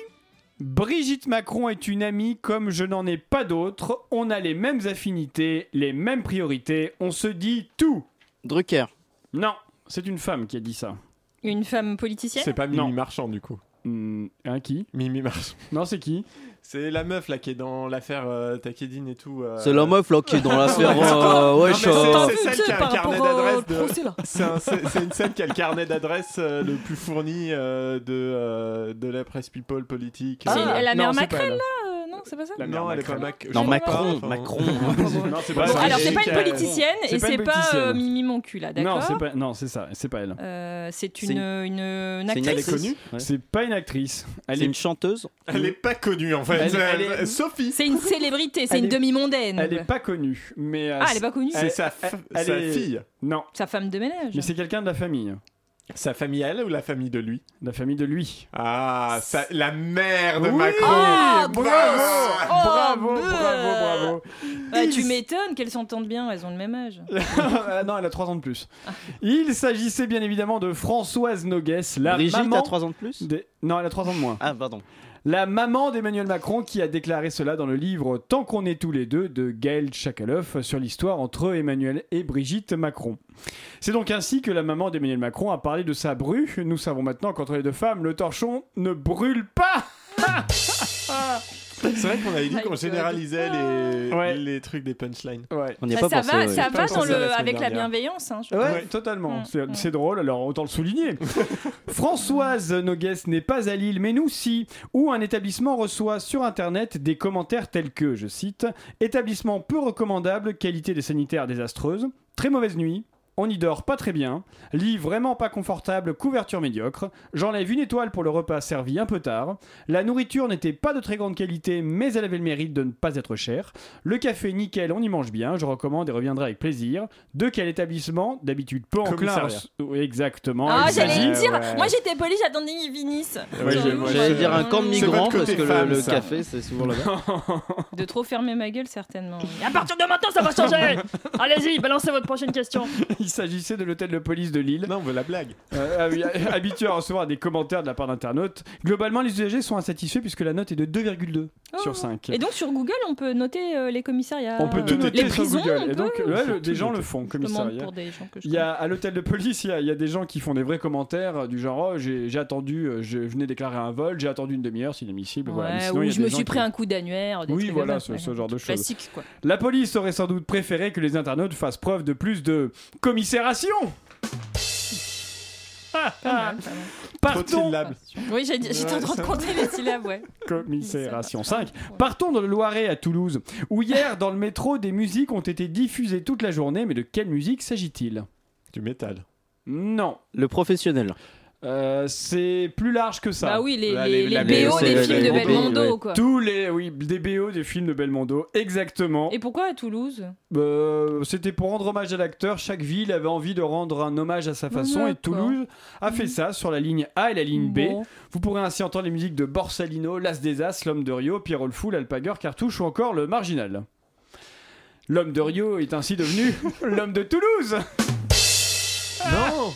Brigitte Macron est une amie comme je n'en ai pas d'autres, on a les mêmes affinités, les mêmes priorités, on se dit tout
Drucker.
Non, c'est une femme qui a dit ça.
Une femme politicienne
C'est pas Mimi
Non.
Marchand du coup.
hein, qui
Mimi Marchand.
Non, c'est qui
C'est la meuf là qui est dans l'affaire euh, Takedine et tout. euh.
C'est la meuf là qui est dans l'affaire.
Non,
euh,
mais
ouais,
c'est-
ça-
c'est celle qui a
par
le carnet
rapport au
d'adresse. de-
procès, là.
C'est un- C'est c'est une celle qui a le carnet d'adresse euh, le plus fourni euh, de, euh, de la presse people politique.
Ah. C'est
Ah.
Euh,
la
non,
mère
c'est pas
Macrel
elle.
là euh, Non, c'est pas ça
non, elle est pas Mac-
Non,
je sais
Macron,
pas, enfin,
Macron.
Non, c'est pas
Bon,
elle.
alors c'est pas
Brigitte,
une
euh,
politicienne et
pas
c'est
une
pas euh,
politicienne.
Mimi mon cul là,
Non,
d'accord
c'est pas non, c'est ça, c'est pas elle.
Euh, c'est
C'est
une,
une-
une, une
c'est une
actrice.
actrice. Ouais.
C'est pas une actrice. Elle
C'est
est
une chanteuse.
Elle est pas connue en fait.
Elle- elle
Euh,
est-
Sophie.
C'est une célébrité, c'est
Elle
une
est-
demi-mondaine.
Elle n'est pas connue, mais euh,
Ah, elle est pas connue
C'est sa, f-
elle
sa
est-
fille.
Non,
Sa femme de ménage.
mais c'est quelqu'un de la famille,
Sa famille à elle ou la famille de lui
de la famille de lui.
Ah, sa- la mère de
Oui.
Macron.
Ah,
bravo.
grosse.
bravo, bravo,
Oh,
bravo.
Bah, tu m'étonnes qu'elles s'entendent bien, elles ont le même âge.
Ah non, elle a 3 ans de plus. Il s'agissait bien évidemment de Françoise Nogues, la
Brigitte
maman.
a 3 ans de plus
des- Non, elle a 3 ans de moins.
Ah, pardon.
La maman d'Emmanuel Macron qui a déclaré cela dans le livre Tant qu'on est tous les deux de Gaël Chakaloff sur l'histoire entre Emmanuel et Brigitte Macron. C'est donc ainsi que la maman d'Emmanuel Macron a parlé de sa bru. Nous savons maintenant qu'entre les deux femmes, le torchon ne brûle pas.
C'est vrai qu'on avait dit
My
qu'on
God.
généralisait les,
Ouais.
les trucs des punchlines.
Ouais.
On n'y a
Bah, ça
pas pensé.
va,
ouais.
ça
J'ai
va
pas pensé
dans
à la
le,
semaine
avec la
dernière.
bienveillance. Hein, je
Ouais,
crois.
totalement.
Mm,
C'est
mm.
c'est drôle, alors autant le souligner. Françoise Nogues n'est pas à Lille, mais nous si, où un établissement reçoit sur Internet des commentaires tels que, je cite, établissement peu recommandable, qualité des sanitaires désastreuse, très mauvaise nuit. On y dort pas très bien, lit vraiment pas confortable, couverture médiocre, j'enlève une étoile pour le repas servi un peu tard, la nourriture n'était pas de très grande qualité mais elle avait le mérite de ne pas être chère, le café nickel on y mange bien, je recommande et reviendrai avec plaisir, de quel établissement D'habitude peu enclin. à
Commissariat.
rece- Oui, Exactement.
Ah,
il
j'allais
s'agit-
le dire.
Ouais, ouais.
Moi, j'étais polie, j'attendais qu'ils finissent.
Ouais, j'ai- moi,
J'allais
je-
dire un camp de
C'est
migrants
votre
parce
côté
que le-
femme,
le,
ça.
café c'est souvent là-bas.
De trop fermer ma gueule, certainement. À partir de maintenant, ça va changer Allez-y, balancez votre prochaine question.
Il s'agissait de l'hôtel de police de Lille. Euh, ah
Non, on veut la blague.
habitué à recevoir des commentaires de la part d'internautes. Globalement, les usagers sont insatisfaits puisque la note est de 2,2 sur 5.
Ah. Oh. Et donc sur Google, on peut noter euh, les commissariats.
on peut tout
euh,
noter
les
sur
prisons.
Google.
on
Et donc,
peut-
ouais,
on
le-
peut
des
tout
gens le
noter.
font,
Je demande
commissariat.
pour des gens que je
Il y a, à l'hôtel de police, il y, a, il y a des gens qui font des vrais commentaires euh, du genre oh, j'ai j'ai attendu, euh, je venais déclarer un vol, j'ai attendu une demi-heure, c'est inadmissible.
connais.
voilà. Mais
Ouais,
sinon, il
ou
y a
je
des
me
gens
suis
qui-
pris un coup d'annuaire. des
Oui,
trucs
voilà, ce,
comme ça.
ce genre de choses.
Classique, quoi.
La police aurait sans doute préféré que les internautes fassent preuve de plus de commisération. Ah. Partons.
Oui, j'ai dit- j'étais en train de compter les syllabes, ouais.
Commisération 5. Partons dans le Loiret à Toulouse, où hier dans le métro des musiques ont été diffusées toute la journée, mais de quelle musique s'agit-il
Du métal.
Non.
Le professionnel.
Euh, c'est plus large que ça.
Bah oui, les- Bah, les- les- les les BO des BO, films les- de les- Belmondo, ouais. quoi.
Tous les, oui, des BO des films de Belmondo, exactement.
Et pourquoi à Toulouse
Euh, C'était pour rendre hommage à l'acteur. Chaque ville avait envie de rendre un hommage à sa façon. Et Toulouse a fait ça sur la ligne A et la ligne B.
Mmh. Bon.
Vous pourrez ainsi entendre les musiques de Borsalino, Las des As, L'Homme de Rio, Pierrot le Fou, l'Alpagueur, Cartouche ou encore le Marginal. L'homme de Rio est ainsi devenu l'homme de Toulouse.
Non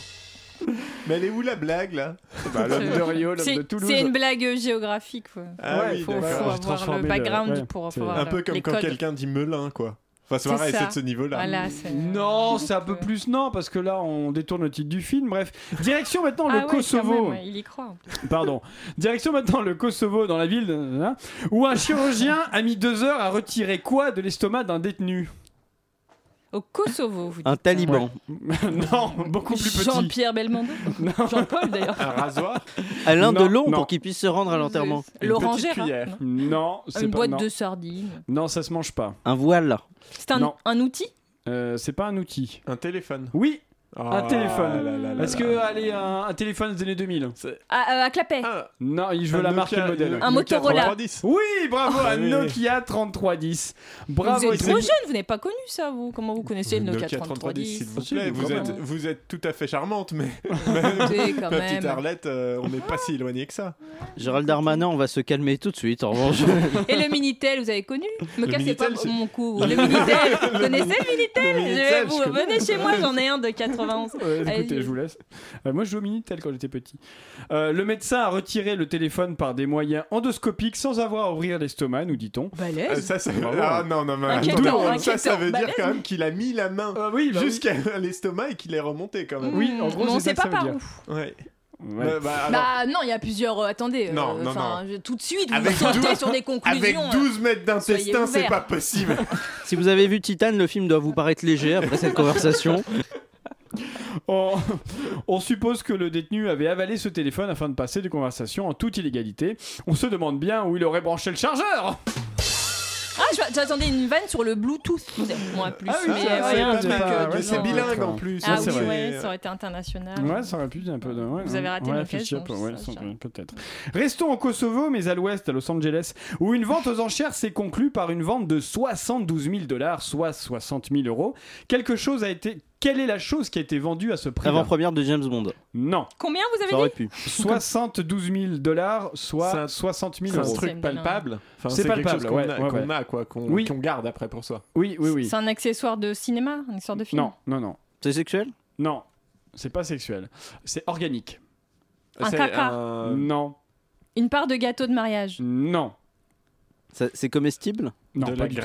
Mais elle est où la blague là
Ah, l'homme de Rio, l'homme
C'est-
de Toulouse.
C'est une blague géographique, quoi.
Ah
Ouais,
oui,
faut, faut
d'accord.
avoir le background pour
C'est
avoir
Un peu comme
les
quand
codes.
quelqu'un dit Melun, quoi. Enfin, c'est
C'est
pareil,
ça.
c'est de ce niveau-là.
Voilà, c'est- euh,
Non, c'est un peu plus non, parce que là, on détourne le titre du film. Bref, direction maintenant
Ah
le
ouais,
Kosovo.
quand même, ouais, il y croit.
Pardon. Direction maintenant le Kosovo, dans la ville de- hein, où un chirurgien a mis deux heures à retirer quoi de l'estomac d'un détenu
Au Kosovo, vous dites.
Un taliban.
Non, beaucoup plus petit.
Jean-Pierre Belmondo Jean-Paul, d'ailleurs.
Un rasoir
Alain
Non,
Delon
non.
pour qu'il puisse se
Ah,
rendre à l'enterrement.
Une L'orangère, petite hein,
cuillère. Non, c'est
Une
pas-
boîte
non.
de sardines.
Non, ça se mange pas.
Un voile.
C'est un,
Non.
un outil
Euh, c'est pas un outil.
Un téléphone.
Oui. un
Ah
téléphone.
là là là
Est-ce
là. Ah,
que allez un, un téléphone des années 2000
Ah, euh, À clapet.
Non, je veux
Un
la marque et
Nokia-
le modèle.
Un Nokia Motorola.
3310.
Oui, bravo,
Ah
un
oui.
Nokia 3310. Bravo.
vous êtes
c'est-
trop jeune, vous n'avez pas connu ça, vous. Comment vous connaissez le Nokia,
Nokia 3310, s'il
3310
vous plaît. Vous êtes, vous êtes tout à fait charmante, mais.
Écoutez, quand
ma petite
même.
Arlette, euh, on n'est pas si éloigné que ça.
Gérald Darmanin, on va se calmer tout de suite. En revanche,
Et le Minitel, vous avez connu Me
Le
cassez pas
Minitel, c'est-
mon cou. Le Minitel, vous connaissez le Minitel,
Le Minitel,
Je- vous,
je connais.
Venez chez moi, j'en ai un de 91.
Ouais,
Allez,
écoutez, je vous laisse. Euh, moi, je jouais au Minitel quand j'étais petit. Euh, le médecin a retiré le téléphone par des moyens endoscopiques sans avoir à ouvrir l'estomac, nous dit-on.
Ah, ça, ça... Ah non, non, mais
Inquiétant,
attends, ça,
inquiétant,
ça veut dire
balèze.
quand même qu'il a mis la main
oui, bah oui.
jusqu'à l'estomac et qu'il est remonté quand même.
Oui, en gros,
Mmh. Mais on c'est sait ça que pas ça veut par
où. Ouais.
Euh.
Bah, bah, alors,
Bah non, il y a plusieurs. euh, attendez, euh,
Non, non,
enfin,
non.
je- tout de suite, vous
Avec
sautez
12
sur des conclusions. euh.
avec 12 mètres
soyez
d'intestin, c'est
ouverts.
pas possible.
si vous avez vu Titane, le film doit vous paraître léger après cette conversation.
On, on suppose que le détenu avait avalé ce téléphone afin de passer des conversations en toute illégalité. On se demande bien où il aurait branché le chargeur.
Ah, je- j'attendais une vanne sur le Bluetooth. Moi, plus.
Ah oui,
mais
ça,
euh,
c'est
rien
pas
de-
mal,
que-
ouais,
de-
c'est
non.
bilingue en plus,
Ah
ouais, c'est vrai.
oui, ouais, ça aurait été international.
Ouais, ça aurait pu dire un peu de. ouais,
Ah Vous
ouais,
avez raté
ouais,
l'occasion,
affiché un peu, ouais,
ça,
ça, ouais, peut-être. Restons au Kosovo, mais à l'ouest, à Los Angeles, où une vente aux enchères s'est conclue par une vente de 72 000 dollars, soit 60 000 euros. Quelque chose a été. Quelle est la chose qui a été vendue à ce prix
Avant-première de James Bond.
Non.
Combien vous avez
Ça aurait
dit
pu.
72 000 dollars, soit 60 000
C'est un
euros.
truc palpable. Enfin,
c'est
c'est quelque
palpable,
chose qu'on
ouais,
a,
ouais,
qu'on
ouais.
a, quoi, qu'on
Oui.
qu'on garde après pour soi.
Oui, oui, oui.
C'est un accessoire de cinéma, un accessoire de film
Non, non, non.
C'est sexuel
Non, c'est pas sexuel. C'est organique.
Un C'est caca.
Euh,
un-
Non,
Une part de gâteau de mariage.
non.
C'est comestible
Non, pas du tout.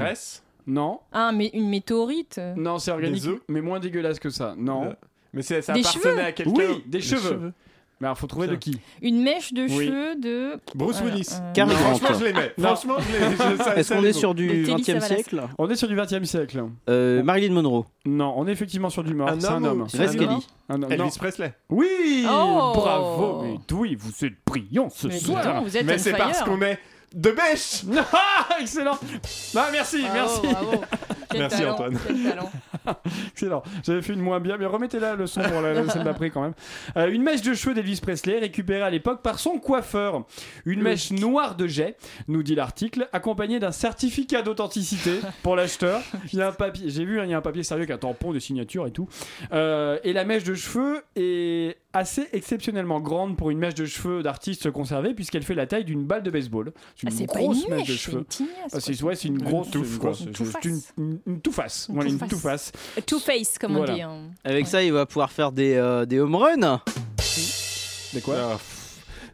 Non.
Ah, mais une météorite. euh,
Non, c'est organique, mais moins dégueulasse que ça. Non.
Mais c'est
ça Des appartenait cheveux à quelqu'un.
Oui, des
Des
cheveux.
cheveux.
Mais alors, faut trouver de qui
Une mèche de
Oui.
cheveux de.
Bruce
Alors,
Willis.
euh,
Cary Grant.
Franchement, je les mets.
Non.
Franchement, je les je- ça-
Est-ce
ça
qu'on
les
est
vaut.
sur du
Des Telly
20e
Savalas.
siècle
On est sur du 20 e siècle.
Euh, Marilyn Monroe.
Non, on est effectivement sur du mort.
Un
C'est un
homme
homme.
ou- c'est Grace un Kelly. homme
Un homme,
Elvis
non.
Presley.
Oui
Oh
Bravo Mais oui, vous êtes brillants ce
Mais dis
soir
donc, vous êtes
Mais
on
c'est
fire.
parce qu'on est de bêche.
Ah, excellent Ah, Merci, merci
Bravo, bravo. Quel
Merci,
talent,
Antoine.
quel talent.
Excellent. J'avais fait une moins bien, mais remettez la le son pour la, la- celle d'après quand même. Euh, une mèche de cheveux d'Elvis Presley récupérée à l'époque par son coiffeur. Une mèche noire de jet, nous dit l'article, accompagnée d'un certificat d'authenticité pour l'acheteur. Il y a un papier, j'ai vu, hein, il y a un papier sérieux avec un tampon de signature et tout. Euh, et la mèche de cheveux est assez exceptionnellement grande pour une mèche de cheveux d'artiste conservée puisqu'elle fait la taille d'une balle de baseball. C'est
Ah,
une
c'est pas
grosse
une
mèche,
mèche,
de
c'est
cheveux.
une tignasse,
Ah, c'est
quoi.
ouais, c'est une
Une
grosse
touffe,
une
quoi.
grosse-
Une
c'est
toufface.
une, une, une toufface. Voilà, une
toufface.
toufface.
Two Face, comme
Voilà.
on dit. hein.
Avec ça, il va pouvoir faire des, euh, des home runs.
De quoi
Ah,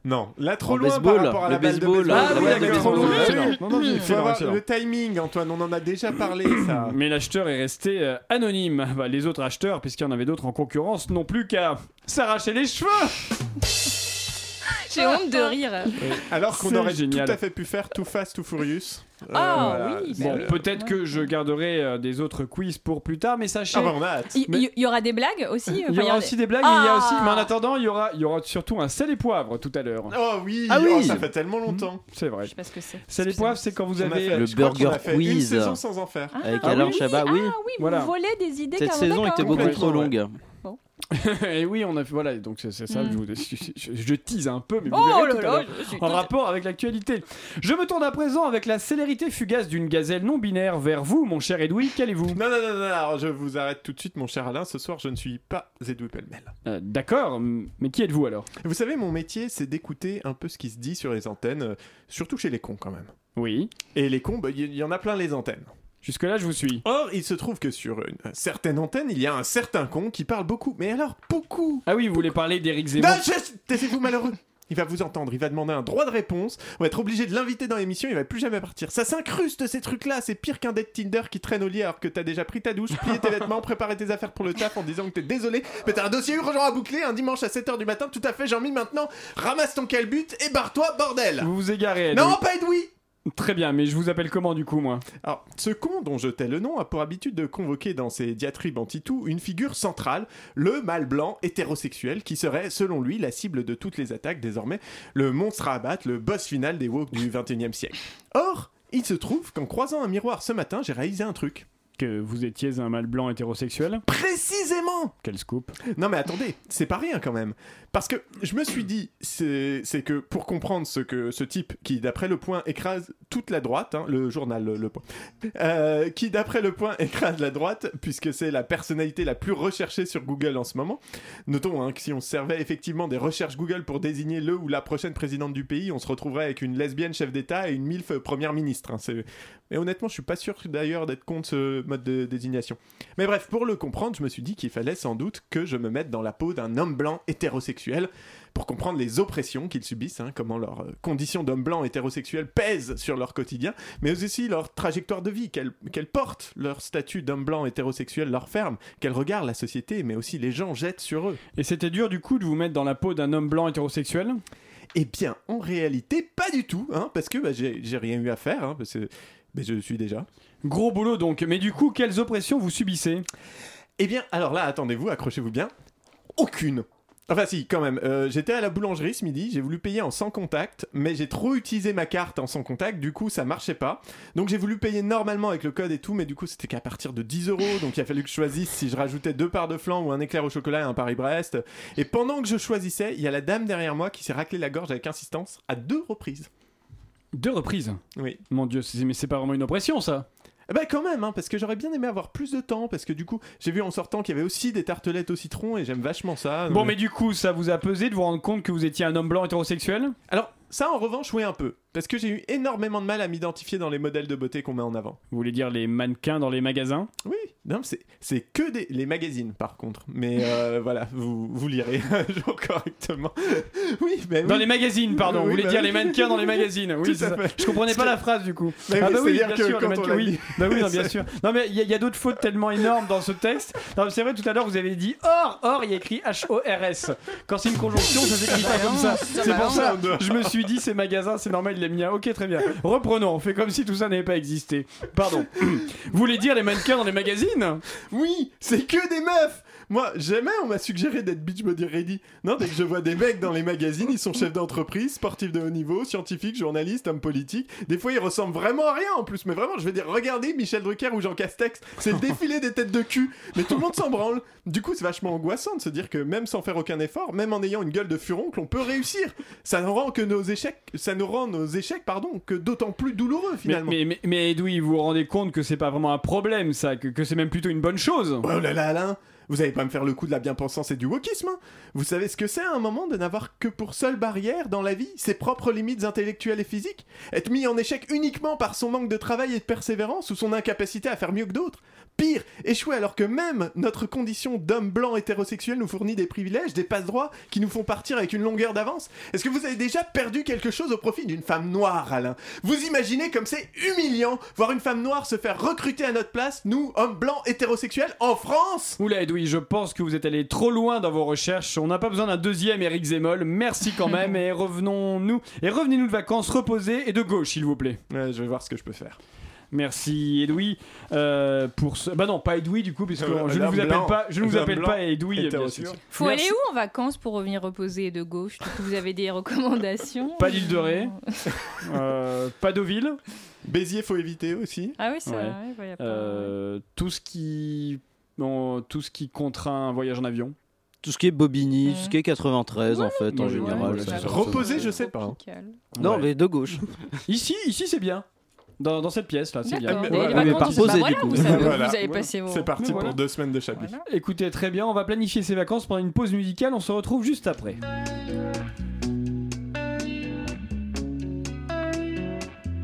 Non, là trop
En
loin
baseball,
par rapport à
le
la balle
baseball, euh,
de baseball. Ah
la balle de
d'accord,
baseball.
trop loin.
Excellent.
Non, non,
Mmh.
il faut
Excellent,
avoir
excellent.
Le timing, Antoine, on en a déjà parlé ça.
Mais l'acheteur est resté euh, anonyme. Bah, les autres acheteurs, puisqu'il y en avait d'autres en concurrence, n'ont plus qu'à s'arracher les cheveux.
J'ai honte de rire.
Alors qu'on
C'est
aurait
génial.
tout à fait pu faire Too Fast, Too Furious. Euh,
Ah, oui,
Bon, peut-être que je garderai euh, des autres quiz pour plus tard, mais sachez.
Ah bah, on a hâte.
Il
Mais-
il y, aura des blagues aussi
Il y
Enfin,
aura aussi des blagues, mais il y a aussi.
Ah.
Mais en attendant, il y aura, il y aura surtout un sel et poivre tout à l'heure.
Oh oui,
Ah oui.
oh, ça fait tellement longtemps.
C'est vrai.
Je sais pas ce que c'est.
Sel et poivre, c'est quand vous
On a
avez
fait-
euh, Le
je crois qu'on
burger
a fait Une
quiz.
saison sans en faire.
Avec
Ah
Alain
oui,
Chabat, oui.
Oui, vous
Voilà.
volez des idées
Cette
quand
saison
même,
était
d'accord.
beaucoup trop
Complètement,
longue.
et oui, on a fait. Voilà, donc c'est c'est ça.
Mm.
Je, vous- je- je- je tease un peu, mais vous
Oh
verrez
là
tout à
là,
l'heure,
je suis
en
contente.
rapport avec l'actualité. Je me tourne à présent avec la célérité fugace d'une gazelle non binaire vers vous, mon cher Edoui. Qu'allez-vous
Non, non, non, non, alors, je vous arrête tout de suite, mon cher Alain. Ce soir, je ne suis pas Edoui Pelmel.
Euh, D'accord, m- mais qui êtes-vous alors
Vous savez, mon métier, c'est d'écouter un peu ce qui se dit sur les antennes, euh, surtout chez les cons quand même.
Oui.
Et les cons, bah, il y, il y en a plein les antennes.
Jusque-là, je vous suis.
Or, il se trouve que sur une certaine antenne, il y a un certain con qui parle beaucoup, mais alors beaucoup.
Ah oui, vous voulez parler d'Éric Zemmour
Non, je- taisez-vous malheureux. Il va vous entendre, il va demander un droit de réponse, on va être obligé de l'inviter dans l'émission, il va plus jamais partir. Ça s'incruste ces trucs-là, c'est pire qu'un date Tinder qui traîne au lit alors que t'as déjà pris ta douche, plié tes vêtements, préparé tes affaires pour le taf en disant que t'es désolé, mais t'as un dossier urgent à boucler un dimanche à 7h du matin, tout à fait, j'en mis maintenant, ramasse ton calbut et barre-toi, bordel
Vous vous égarez.
Non,
Edoui.
pas Edoui
Très bien, mais je vous appelle comment du coup, moi
alors, ce con dont je tais le nom a pour habitude de convoquer dans ses diatribes anti-tout une figure centrale, le mâle blanc hétérosexuel, qui serait, selon lui, la cible de toutes les attaques désormais, le monstre à abattre, le boss final des woke du 21 siècle. Or, il se trouve qu'en croisant un miroir ce matin, j'ai réalisé un truc.
Que vous étiez un mâle blanc hétérosexuel
Précisément
Quel scoop
Non mais attendez, c'est pas rien quand même. Parce que je me suis dit, c'est c'est que pour comprendre ce que ce type qui d'après le point écrase toute la droite, hein, le journal le, Le point, euh, qui d'après le point écrase la droite, puisque c'est la personnalité la plus recherchée sur Google en ce moment. Notons hein, que si on servait effectivement des recherches Google pour désigner le ou la prochaine présidente du pays, on se retrouverait avec une lesbienne chef d'État et une milf première ministre. hein, c'est- Mais honnêtement, je suis pas sûr d'ailleurs d'être contre ce mode de désignation. Mais bref, pour le comprendre, je me suis dit qu'il fallait sans doute que je me mette dans la peau d'un homme blanc hétérosexuel pour comprendre les oppressions qu'ils subissent, hein, comment leurs euh, conditions d'homme blanc hétérosexuel pèsent sur leur quotidien, mais aussi leur trajectoire de vie, qu'elles qu'elles portent, leur statut d'homme blanc hétérosexuel leur ferme, quel regard la société, mais aussi les gens jettent sur eux.
Et c'était dur du coup de vous mettre dans la peau d'un homme blanc hétérosexuel
Eh bien, en réalité, pas du tout, hein, parce que bah, j'ai j'ai rien eu à faire, hein, parce que mais je le suis déjà.
Gros boulot donc, mais du coup, quelles oppressions vous subissez
Eh bien, alors là, attendez-vous, accrochez-vous bien. Aucune. Enfin si, quand même. Euh, J'étais à la boulangerie ce midi, j'ai voulu payer en sans contact, mais j'ai trop utilisé ma carte en sans contact, du coup ça marchait pas. Donc j'ai voulu payer normalement avec le code et tout, mais du coup c'était qu'à partir de 10 euros, donc il a fallu que je choisisse si je rajoutais deux parts de flan ou un éclair au chocolat et un Paris-Brest. Et pendant que je choisissais, il y a la dame derrière moi qui s'est raclée la gorge avec insistance à deux reprises.
Deux reprises
Oui.
Mon dieu, c'est- mais c'est pas vraiment une oppression ça
Eh ben quand même, hein, parce que j'aurais bien aimé avoir plus de temps, parce que du coup j'ai vu en sortant qu'il y avait aussi des tartelettes au citron et j'aime vachement ça. euh,
Bon,
donc-
mais du coup, ça vous a pesé de vous rendre compte que vous étiez un homme blanc hétérosexuel
Alors, ça en revanche, oui, un peu. Parce que j'ai eu énormément de mal à m'identifier dans les modèles de beauté qu'on met en avant.
Vous voulez dire les mannequins dans les magasins
Oui, non, c'est, c'est que des, les magazines par contre. Mais euh, voilà, vous, vous lirez un jour correctement. Oui, mais.
Dans
oui.
les magazines, pardon,
Oui,
vous voulez
bah
dire
oui.
les mannequins dans les magazines
Tout
Oui,
à
c'est ça.
fait.
Je comprenais pas
C'est-
la phrase du coup.
Mais oui,
ah bah oui,
c'est-à-dire
bien
que
sûr, les
quand on
mannequins,
l'a
oui.
dit-
Bah oui, non, bien
c'est-
sûr. Non, mais il y, a- il y a d'autres fautes tellement énormes dans ce texte. Non, mais c'est vrai, tout à l'heure, vous avez dit or, or, il y a écrit H-O-R-S. Quand c'est une conjonction, ça s'écrit pas comme ça.
Ah,
C'est pour ça, je me suis dit, c'est magasin, c'est normal, il l'a mis un. Ok, très bien. Reprenons, on fait comme si tout ça n'avait pas existé. Pardon. Vous voulez dire les mannequins dans les magazines
Oui, c'est que des meufs Moi, jamais on m'a suggéré d'être Beachbody Ready. Non, dès que je vois des mecs dans les magazines, ils sont chefs d'entreprise, sportifs de haut niveau, scientifiques, journalistes, hommes politiques. Des fois, ils ressemblent vraiment à rien en plus. Mais vraiment, je veux dire, regardez Michel Drucker ou Jean Castex, c'est le défilé des têtes de cul. Mais tout le monde s'en branle. Du coup, c'est vachement angoissant de se dire que même sans faire aucun effort, même en ayant une gueule de furoncle, on peut réussir. Ça nous rend que nos échecs, ça nous rend nos échecs, pardon, que d'autant plus douloureux
mais,
finalement.
mais, mais, mais Edoui, vous vous rendez compte que c'est pas vraiment un problème, ça, que, que c'est même plutôt une bonne chose
Oh là là, Alain Vous allez pas me faire le coup de la bien-pensance et du wokisme. hein. Vous savez ce que c'est à un moment de n'avoir que pour seule barrière dans la vie ses propres limites intellectuelles et physiques Être mis en échec uniquement par son manque de travail et de persévérance ou son incapacité à faire mieux que d'autres Pire, échouer alors que même notre condition d'homme blanc hétérosexuel nous fournit des privilèges, des passe-droits qui nous font partir avec une longueur d'avance Est-ce que vous avez déjà perdu quelque chose au profit d'une femme noire, Alain Vous imaginez comme c'est humiliant voir une femme noire se faire recruter à notre place, nous, hommes blancs hétérosexuels, en France
Oula Edoui, je pense que vous êtes allé trop loin dans vos recherches. On n'a pas besoin d'un deuxième Eric Zemmoll. Merci quand même et revenons-nous et revenez-nous de vacances reposés et de gauche s'il vous plaît. je vais voir ce que je peux faire. Merci Edoui Euh, pour ce bah non pas Edoui du coup puisque
Euh,
je ne
l'homme
vous appelle
blanc.
pas je ne vous
L'homme
appelle
blanc
pas Edoui bien sûr.
hétérosexuel.
Faut
Merci.
aller où en vacances pour revenir reposer de gauche Du coup, Vous avez des recommandations
Pas l'île de Ré, euh, pas Deauville.
Ah Béziers, faut éviter aussi.
Ah oui, ça, ouais, ouais, y a pas-
Euh, tout ce qui, non, tout ce qui contraint un voyage en avion.
Tout ce qui est Bobigny, tout ce qui est 93 en fait, en
Ouais,
général.
euh,
ouais,
c'est
ouais.
ça.
Reposer, je sais pas.
Ah,
Non, mais de gauche.
Ici, ici c'est bien. Dans, dans cette pièce là, c'est bien.
D'accord. Mais les vacances,
par
c'est pas-
posé,
voilà,
du coup.
Vous savez-
Voilà.
vous avez passé vos.
C'est parti
Voilà.
pour deux semaines de chablis.
Écoutez, très bien, on va planifier ces vacances pendant une pause musicale, on se retrouve juste après.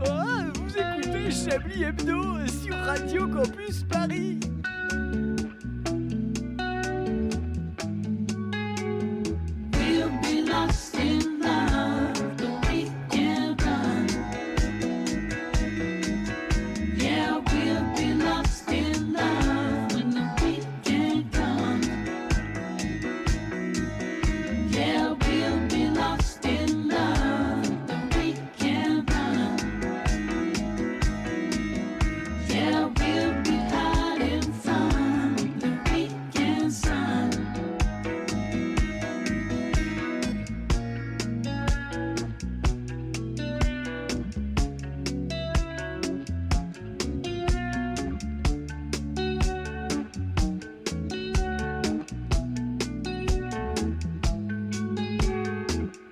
Oh, vous écoutez Chablis Hebdo sur Radio Campus Paris. We'll be lost in love, don't we give up. Yeah, we'll be lost in love when the weekend comes. Yeah, we'll be lost in love, the weekend comes. Yeah, we'll be hot and fun with the weekend sun.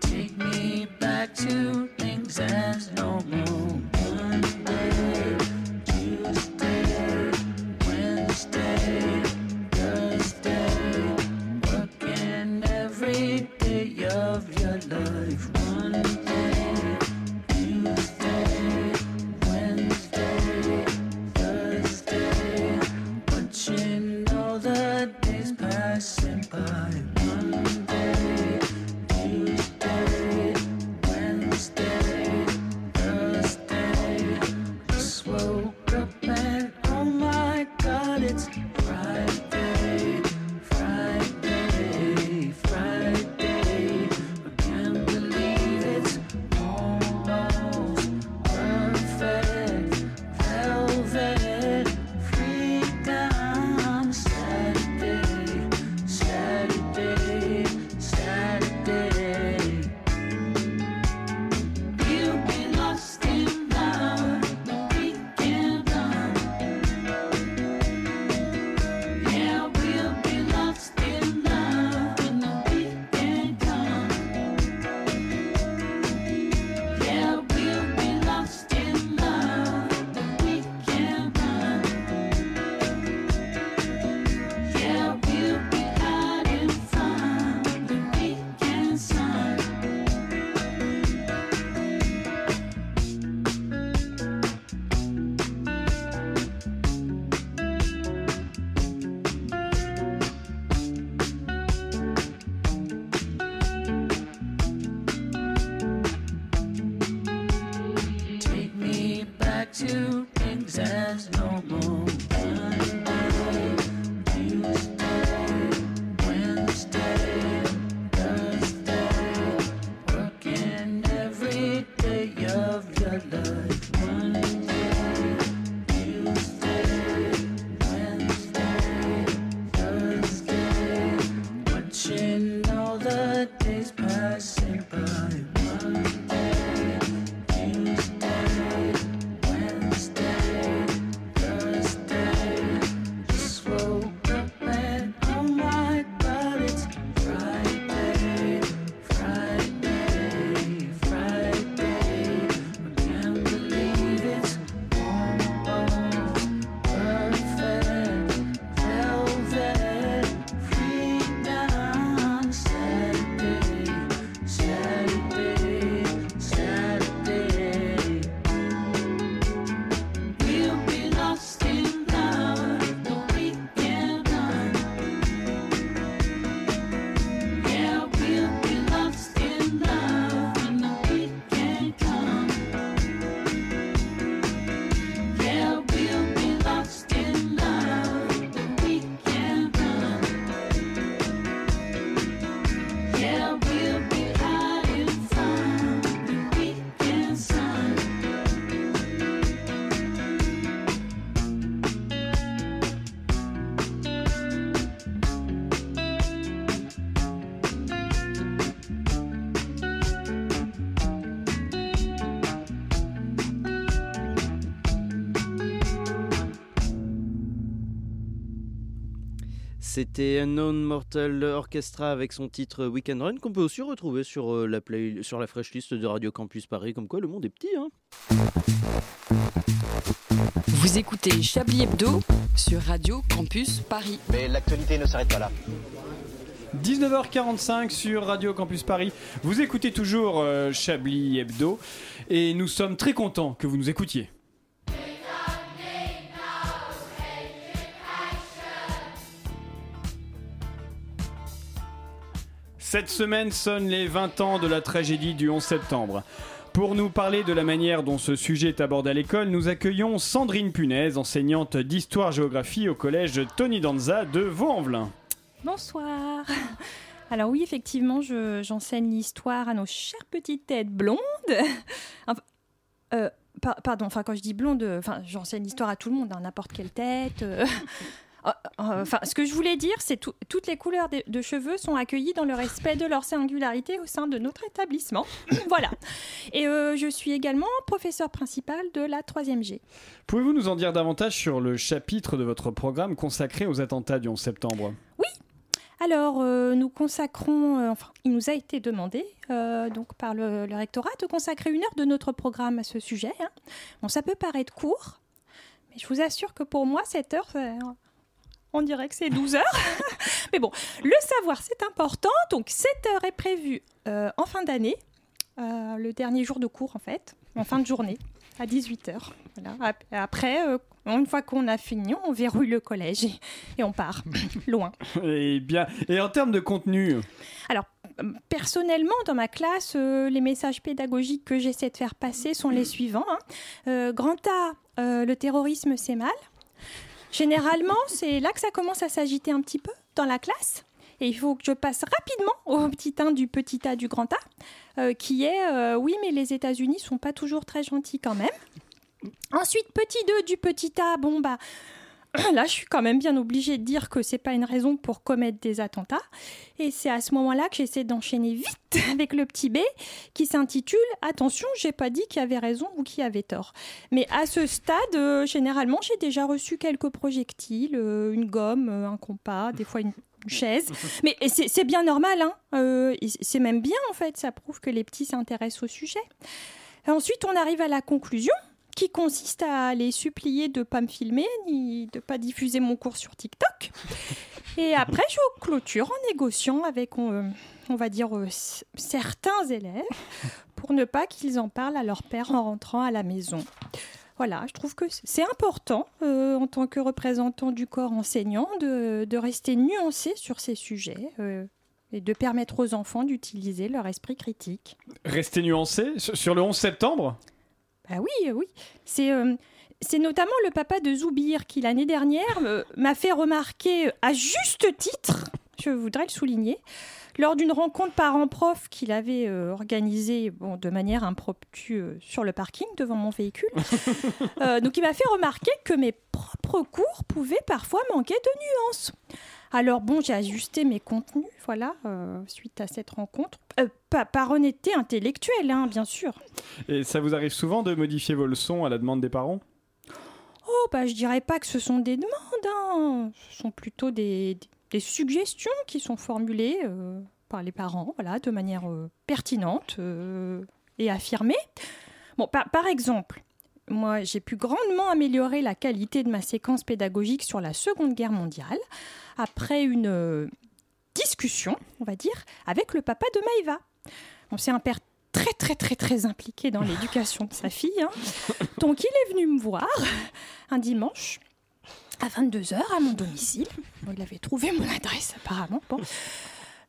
Take me back to things as normal. Monday, Tuesday, Wednesday, Thursday. Working every day of your life. Monday, Tuesday, Wednesday, Thursday. Watching all the days passing by. Monday. Tuesday, Wednesday, Thursday. Just woke up and oh my God, it's Friday, Friday, Friday. I can't believe it's almost perfect. Velvet, freedom, Saturday, Saturday, Saturday. We'll be lost in love, the weekend love.
C'était Unknown Mortal Orchestra avec son titre Weekend Run qu'on peut aussi retrouver sur euh, la play- sur la fresh list de Radio Campus Paris. Comme quoi, le monde est petit. Hein
Vous écoutez Chablis Hebdo sur Radio Campus Paris.
Mais l'actualité ne s'arrête pas là.
19h45 sur Radio Campus Paris. Vous écoutez toujours euh, Chablis Hebdo et nous sommes très contents que vous nous écoutiez. Cette semaine sonnent les 20 ans de la tragédie du 11 septembre. Pour nous parler de la manière dont ce sujet est abordé à l'école, nous accueillons Sandrine Punaise, enseignante d'histoire-géographie au collège Tony Danza de Vaux-en-Velin.
Bonsoir. Alors oui, effectivement, je- j'enseigne l'histoire à nos chères petites têtes blondes. Enfin, euh, par- pardon, enfin quand je dis blonde, euh, enfin j'enseigne l'histoire à tout le monde, hein, n'importe quelle tête. euh. Euh, euh, Enfin, ce que je voulais dire, c'est tout- toutes les couleurs de, de cheveux sont accueillies dans le respect de leur singularité au sein de notre établissement. voilà. Et euh, je suis également professeur principal de la 3e G.
Pouvez-vous nous en dire davantage sur le chapitre de votre programme consacré aux attentats du 11 septembre
Alors, euh, nous consacrons, euh, enfin, il nous a été demandé euh, donc par le, le rectorat de consacrer une heure de notre programme à ce sujet. hein. Bon, ça peut paraître court, mais je vous assure que pour moi, cette heure, euh, on dirait que c'est 12 heures. mais bon, le savoir, c'est important. Donc, cette heure est prévue euh, en fin d'année, euh, le dernier jour de cours, en fait, en fin de journée, à 18h. Voilà. Ap- Après, euh, une fois qu'on a fini, on verrouille le collège et- et on part loin.
Et Eh bien, et en termes de contenu,
Alors, euh, personnellement, dans ma classe, euh, les messages pédagogiques que j'essaie de faire passer sont les suivants. hein. Euh, grand A, euh, le terrorisme, c'est mal. Généralement, c'est là que ça commence à s'agiter un petit peu dans la classe. Et il faut que je passe rapidement au petit 1 du petit A du grand A, euh, qui est euh, oui, mais les États-Unis sont pas toujours très gentils quand même. Ensuite, petit 2 du petit A, bon bah. Là, je suis quand même bien obligée de dire que c'est pas une raison pour commettre des attentats. Et c'est à ce moment-là que j'essaie d'enchaîner vite avec le petit B qui s'intitule Attention, j'ai pas dit qui avait raison ou qui avait tort. Mais à ce stade, euh, généralement, j'ai déjà reçu quelques projectiles, euh, une gomme, euh, un compas, des fois une une chaise. Mais c'est c'est bien normal, hein. Euh, et c'est même bien en fait, ça prouve que les petits s'intéressent au sujet. Et Ensuite, on arrive à la conclusion qui consiste à les supplier de pas me filmer ni de pas diffuser mon cours sur TikTok. Et après, je clôture en négociant avec, euh, on va dire, euh, c- certains élèves pour ne pas qu'ils en parlent à leur père en rentrant à la maison. Voilà, je trouve que c- c'est important euh, en tant que représentant du corps enseignant de, de rester nuancé sur ces sujets euh, et de permettre aux enfants d'utiliser leur esprit critique.
restez nuancé sur sur le 11 septembre
Bah oui, euh, oui. C'est euh, c'est notamment le papa de Zoubir qui, l'année dernière, euh, m'a fait remarquer, euh, à juste titre, je voudrais le souligner, lors d'une rencontre parents-prof qu'il avait euh, organisée bon, de manière impromptue euh, sur le parking devant mon véhicule. Euh, donc il m'a fait remarquer que mes propres cours pouvaient parfois manquer de nuances. Alors bon, j'ai ajusté mes contenus, voilà, euh, suite à cette rencontre. Euh, pas par honnêteté intellectuelle, hein, bien sûr.
Et ça vous arrive souvent de modifier vos leçons à la demande des parents
Oh, bah, je dirais pas que ce sont des demandes. hein. Ce sont plutôt des, des- des suggestions qui sont formulées euh, par les parents, voilà, de manière euh, pertinente euh, et affirmée. Bon, par, par exemple, moi, j'ai pu grandement améliorer la qualité de ma séquence pédagogique sur la Seconde Guerre mondiale après une euh, discussion, on va dire, avec le papa de Maïva. Bon, c'est un père très très très très impliqué dans l'éducation de sa fille. hein. Donc il est venu me voir un dimanche à 22h à mon domicile. Bon, il avait trouvé mon adresse apparemment. Bon.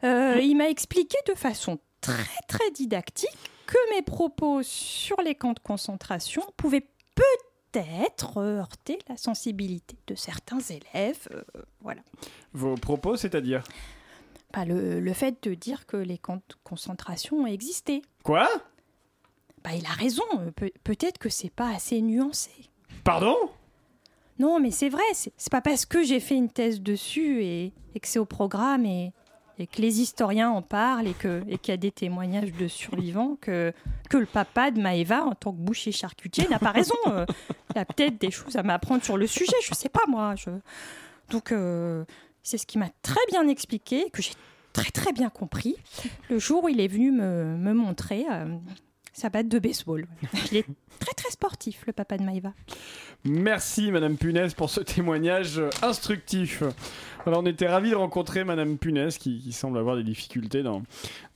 Euh, il m'a expliqué de façon très très didactique que mes propos sur les camps de concentration pouvaient peut-être euh, heurter la sensibilité de certains élèves. euh, voilà.
Vos propos, c'est-à-dire
Bah, le, le fait de dire que les camps de concentration ont existé.
Quoi
Bah, il a raison, euh, peut- peut-être que c'est pas assez nuancé.
Pardon
Non, mais c'est vrai, c'est c'est pas parce que j'ai fait une thèse dessus et, et que c'est au programme et, et que les historiens en parlent et que- et qu'il y a des témoignages de survivants que, que le papa de Maëva, en tant que boucher charcutier, n'a pas raison. Euh, Il a peut-être des choses à m'apprendre sur le sujet, je sais pas moi. je- Donc, euh, C'est ce qui m'a très bien expliqué, que j'ai très très bien compris, le jour où il est venu me, me montrer euh, sa batte de baseball. Il est très très sportif, le papa de Maïva.
Merci Madame Punaise pour ce témoignage euh, instructif. Alors on était ravis de rencontrer Madame Punaise qui, qui semble avoir des difficultés dans,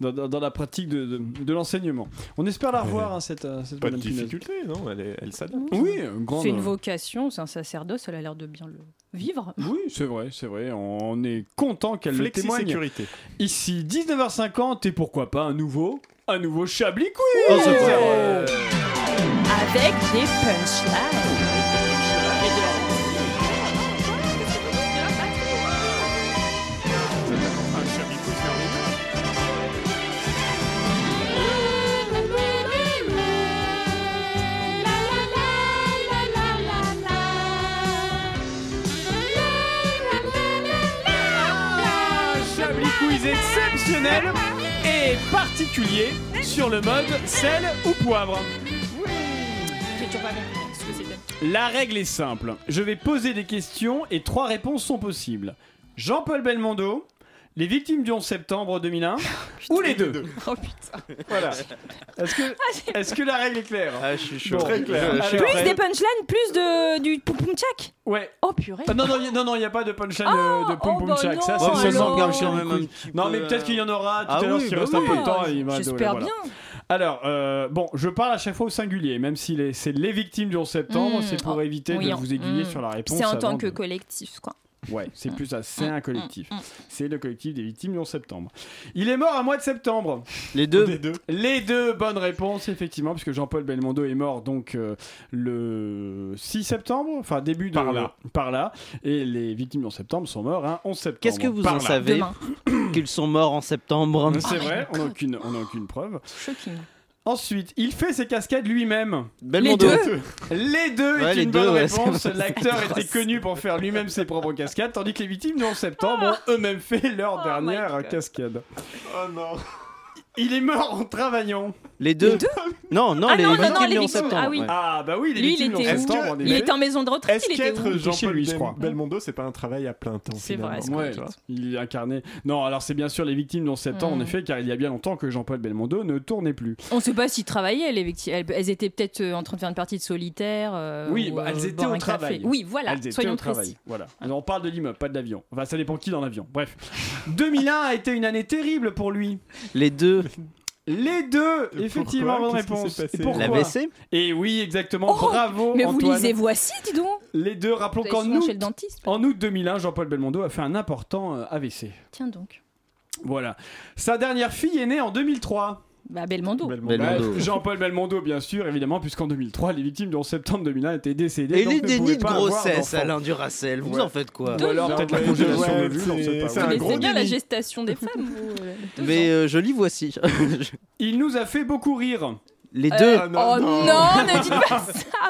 dans, dans- dans la pratique de, de- de l'enseignement. On espère la revoir, hein, cette, euh, cette
Pas de
Madame Punaise.
difficulté, non Elle, est- elle s'adapte.
Oui, une grande-
C'est une vocation, c'est un sacerdoce, elle a l'air de bien le vivre.
Oui, c'est vrai, c'est vrai. On est content qu'elle le témoigne.
Flexi-sécurité.
Ici, 19h50 et pourquoi pas un nouveau, un nouveau Chablis Quiz
Oh, c'est vrai.
Avec des punchlines.
Ah,
Chablis Quiz exceptionnel et particulier sur le mode sel ou poivre.
La règle est simple. Je vais poser des questions et trois réponses sont possibles. Jean-Paul Belmondo, les victimes du 11 septembre 2001 ou les deux.
Oh putain.
Voilà. Est-ce que, est-ce que la règle est claire
je suis
chaud.
Très clair.
Je suis
Plus
prêt.
des punchlines, plus de, du poum tchak
Ouais.
Oh purée.
Ah, non, non, y- non, non, il n'y a pas de punchline euh,
Oh,
de, de Poum
oh,
Poum
bah
Chak. Ça,
non,
c'est
alors.
seulement
Garde quand même un petit
Non,
peu,
mais
euh,
peut-être qu'il y en aura tout
ah
à l'heure
oui,
s'il
bah
reste
oui.
un peu de temps. il va-
J'espère
voilà.
bien.
Alors, euh, bon, je parle à chaque fois au singulier, même si les- c'est les victimes du 11 septembre,
Mmh,
c'est pour
oh,
éviter
oui,
de
hein,
vous aiguiller
mm.
sur la réponse.
C'est en tant
avant
que
de-
collectif, quoi.
Ouais, c'est plus ça, c'est un collectif. C'est le collectif des victimes du 11 septembre. Il est mort à mois de septembre.
Les deux.
Les deux, bonnes réponses, effectivement, puisque Jean-Paul Belmondo est mort donc euh, le 6 septembre, enfin début de. Par là. Et les victimes du 11 septembre sont morts un 11 septembre.
Qu'est-ce que vous
Par
en
là.
savez Ah, qu'ils sont morts en septembre
C'est vrai, on n'a aucune, on a aucune preuve.
Shocking.
Ensuite, il fait ses cascades lui-même.
Belmondo.
Les deux Les deux
Ouais,
est
les
une
deux,
bonne
ouais, c'est
réponse.
vrai.
L'acteur
C'est
était
grosse.
connu pour faire lui-même ses propres cascades, tandis que les victimes, en septembre, ont eux-mêmes fait
Oh
leur dernière cascade. Oh non Il est mort en travaillant.
Les deux. Non, non, les victimes du 11 septembre.
oui.
ouais.
Ah bah oui, les
Lui, il
victimes du
était
11
où
septembre. en
Il
effet.
était en maison de retraite,
Est-ce
il était où
qu'être Jean-Paul
lui, je
Bel-
crois.
Belmondo, c'est pas un travail à plein temps
C'est
finalement,
vrai, c'est
tu
Ouais,
vois.
il est incarné. Non, alors c'est bien sûr les victimes du 11 septembre,
Mm.
en effet, car il y a bien longtemps que Jean-Paul Belmondo ne tournait plus.
On sait pas s'ils travaillaient, les victimes. Elles, elles étaient peut-être euh, en train de faire une partie de solitaire. euh,
Oui,
ou,
bah,
euh,
elles étaient
boire
au
un café.
travail.
Oui, voilà,
Elles étaient
soyons
au
précis.
travail. Voilà. Alors, on parle de l'immeuble, pas de l'avion. Enfin, ça dépend qui dans l'avion. Bref. 2001 a été une année terrible pour lui.
Les deux.
Les deux, effectivement, bonne
Qu'est-ce qui
réponse.
s'est passé
Et pourquoi
L'AVC
Et oui, exactement. Bravo,
Oh, Mais
Antoine.
vous lisez Voici, dis donc
Les deux, rappelons
Vous allez
qu'en
souvent
août,
chez le dentiste.
en août 2001, Jean-Paul Belmondo a fait un important euh, AVC.
Tiens donc.
Voilà. Sa dernière fille est née en 2003.
Bah, Belmondo.
Belmondo.
Ouais, Bah, Jean-Paul Belmondo, bien sûr, évidemment, puisqu'en 2003, les victimes du 11 septembre 2001 étaient décédées.
Et
donc
les
ne
dénis
pouvaient
de
pas avoir
grossesse,
d'enfant.
Alain Duracel, vous
Ouais.
en faites quoi
Ou alors peut-être la congélation de vulve, on sait pas.
c'est un
Mais
gros
c'est bien la
déni.
gestation des femmes. vous, euh, deux
Mais euh, je lis voici.
Il nous a fait beaucoup rire.
Les
Euh,
deux.
oh non, ne dites pas ça,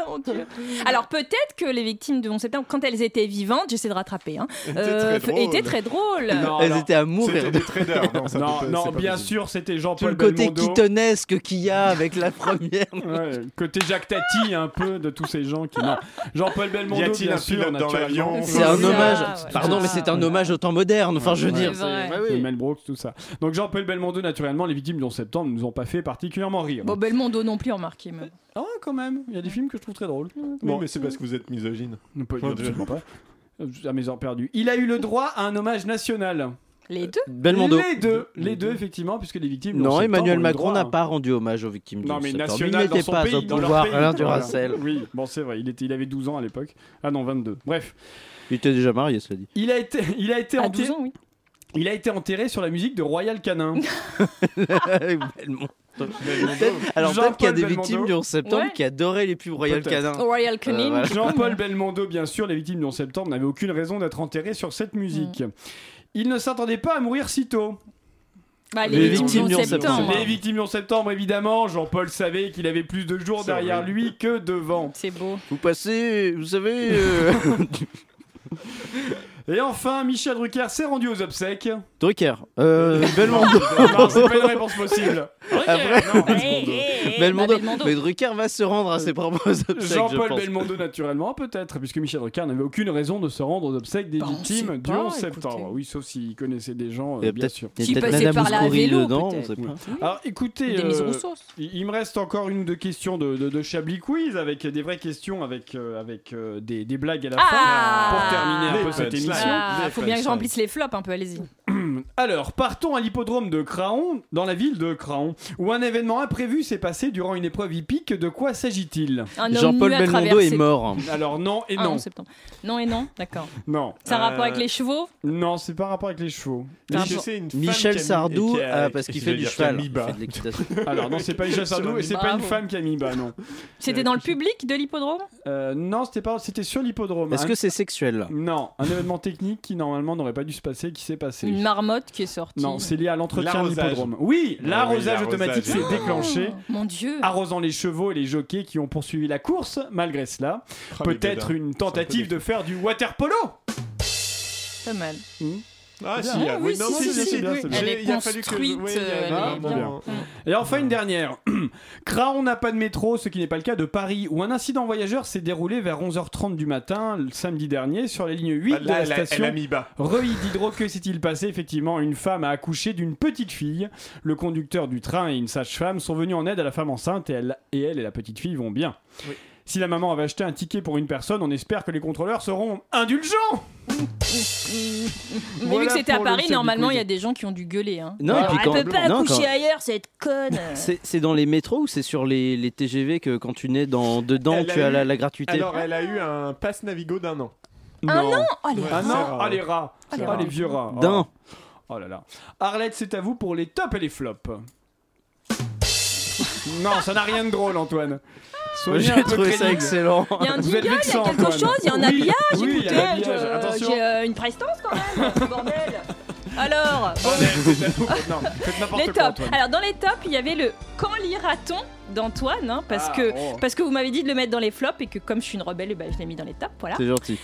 mon Dieu. Alors peut-être que les victimes de 11 septembre, quand elles étaient vivantes, j'essaie de rattraper, hein,
Étaient
euh,
très drôles.
étaient très drôles.
Non, Elles étaient à mourir.
C'était des traders. Non, ça peut
Non,
pas-
non,
c'est pas
bien
possible.
sûr, c'était
Tout
Jean-Paul
le côté
Belmondo.
kitonesque qu'il y a avec la première.
Ouais, côté Jacques Tati, un peu de tous ces gens qui. Non, Jean-Paul Belmondo,
Y a-t-il
bien
un
sûr,
pilote dans
naturellement.
l'avion
C'est un
Ouais.
hommage.
ouais.
Pardon, mais c'est un hommage au temps moderne. Enfin, je veux
Ouais,
dire.
c'est- ouais, Ah oui. Mel Brooks, tout ça. Donc Jean-Paul Belmondo, naturellement, les victimes du 11 septembre ne nous ont pas fait particulièrement rire.
Bon, Belmondo non plus remarqué. Mais...
Ah, quand même, il y a des films que je trouve très drôles.
Oui,
Bon.
mais c'est parce que vous êtes misogyne.
Pas-
Mon Dieu.
absolument pas. À mes heures perdues. Il a eu le droit à un hommage national.
Les deux
Belmondo.
Les deux, les deux, effectivement, puisque les victimes. du 11
Non,
septembre ont eu
Emmanuel
le
Macron
droit
n'a
à-
pas rendu hommage aux victimes du
Non, mais
11 septembre.
national
Il
dans
n'était
son
pas
pays,
au
dans leur
pouvoir.
pays.
Alain
Voilà.
Duracel.
Oui, bon, c'est vrai, il, était, il avait 12 ans à l'époque. Ah non, 22. Bref.
Il était déjà marié, cela dit.
Il a été, il a été
À
enterré.
12 ans, Ah, oui.
Il a été enterré sur la musique de Royal Canin.
Belmondo. Peut-être- Alors peut-être qu'il y a des victimes du 11 septembre
Ouais.
qui adoraient les pubs Royal
Peut-être.
Canin. Euh,
Royal Canin.
voilà.
Jean-Paul Belmondo, bien sûr, les victimes du 11 septembre n'avaient aucune raison d'être enterrées sur cette musique.
Mm.
Il ne s'attendait pas à mourir si tôt.
Bah, les, victimes du 11 septembre.
Les victimes du 11 septembre, évidemment. Jean-Paul savait qu'il avait plus de jours
C'est
derrière
vrai.
lui que devant.
C'est beau.
Vous passez, vous savez. euh,
Et enfin, Michel Drucker s'est rendu aux obsèques.
Drucker. Euh, Belmondo.
non, c'est pas une réponse possible. Rien
après.
non.
Belmondo.
Eh, eh,
Belmondo.
bah, Belmondo.
Mais Drucker va se rendre à ses propres obsèques. je
Euh, Jean-Paul
pense.
Belmondo, naturellement, peut-être, puisque Michel Drucker n'avait aucune raison de se rendre aux obsèques des
Bah, on
victimes
sait
du
pas,
11 septembre. Oui, sauf s'il connaissait des gens, euh,
Il y a
bien
peut-être-
sûr.
il y a Qui peut-être passait Madame par là à Mouskouri vélo, dedans, on sait pas.
Ouais. Alors écoutez,
Des mises
euh,
roussos.
il il me reste encore une ou deux questions de, de, de Chablis Quiz avec des vraies questions, avec, euh, avec euh, des, des blagues à la
Ah
Ah.
fin pour terminer un
Les
peu cette
punchlines.
émission.
Ah,
Les
faut bien que je
punchlines.
remplisse les flops un peu, allez-y.
Alors, partons à l'hippodrome de Craon, dans la ville de Craon, où un événement imprévu s'est passé durant une épreuve hippique. De quoi s'agit-il
Un homme Jean-Paul nu a Belmondo traversé- est mort.
Alors non et
Ah,
non.
en septembre. Non et non, d'accord.
non.
C'est un rapport
Euh,
avec les chevaux
Non, c'est pas un rapport avec les chevaux.
C'est un
Michel-
rapport-
c'est une femme
Michel
qui a mis-
Sardou,
qui a-
ah, parce qu'il fait
j'allais
du
dire qui a
cheval.
mis bas.
Il fait de l'équitation.
Alors non, c'est pas Michel Sardou
Sur
et c'est pas
Bravo.
une femme qui a mis bas, non.
C'était dans le public de l'hippodrome
Euh, non, c'était pas, c'était sur l'hippodrome.
Est-ce
Un-
que c'est sexuel
Non, un événement technique qui normalement n'aurait pas dû se passer, qui s'est passé.
Une marmotte qui est sortie.
Non, c'est lié à l'entretien de
L'arrosage.
l'hippodrome. Oui,
Ah oui,
l'arrosage
l'arrosage,
automatique s'est
évidemment.
déclenché.
Oh, Mon Dieu.
Arrosant les chevaux et les jockeys qui ont poursuivi la course, malgré cela.
Oh, mais
Peut-être
Godin,
une
c'est un peu
tentative de faire du water polo
Pas mal.
Ah,
Bien.
si, ah, oui, non, si, si, si,
bien, c'est bien.
J'ai- il a fallu que je- oui, il y
euh,
a-
Ah,
non,
bon,
non,
bien.
non.
Et enfin une dernière. Craon n'a pas de métro, ce qui n'est pas le cas de Paris, où un incident voyageur s'est déroulé vers 11h30 du matin, le samedi dernier, sur la ligne 8
Bah, là,
de la
elle a- elle
station
a mis bas.
Reuilly d'Hydro. Que s'est-il passé Effectivement, une femme a accouché d'une petite fille. Le conducteur du train et une sage-femme sont venus en aide à la femme enceinte et elle et, elle et la petite fille vont bien. Si la maman avait acheté un ticket pour une personne, on espère que les contrôleurs seront indulgents
Mais
Voilà
vu que c'était à
pour le
Paris,
Chablis
normalement,
Quiz.
il y a des gens qui ont dû gueuler. Hein.
Non, et
Alors,
puis quand-
elle peut pas
non,
accoucher
quand-
ailleurs, cette conne.
C'est c'est dans les métros ou c'est sur les, les TGV que quand tu nais dans, dedans,
Elle
tu
a
as la,
eu-
la gratuité
Alors, elle a eu un pass Navigo d'un an.
Un an Oh, les
Ouais,
Ah
c'est
non,
rare.
ah les rats,
C'est
ah
rare.
les vieux rats. Oh.
D'un.
Oh là là. Arlette, c'est à vous pour les tops et les flops. non, ça n'a rien de drôle, Antoine. Soyez
J'ai
un peu
trouvé ça
crédible.
excellent.
Il y a un
Vous
jingle,
êtes
il y a
vexant,
quelque
Antoine.
chose, il y a un
Oui,
habillage,
oui, il y
écoutez,
a un habillage,
je-
attention.
j'ai euh, une prestance quand même, ce bordel. Alors,
Oh, non, faites n'importe
les
quoi,
tops.
Antoine.
Alors dans les tops, il y avait le quand lira-t-on d'Antoine, hein, parce
Ah,
que
oh.
parce que vous m'avez dit de le mettre dans les flops et que comme je suis une rebelle, eh ben, je l'ai mis dans les tops, voilà.
C'est gentil.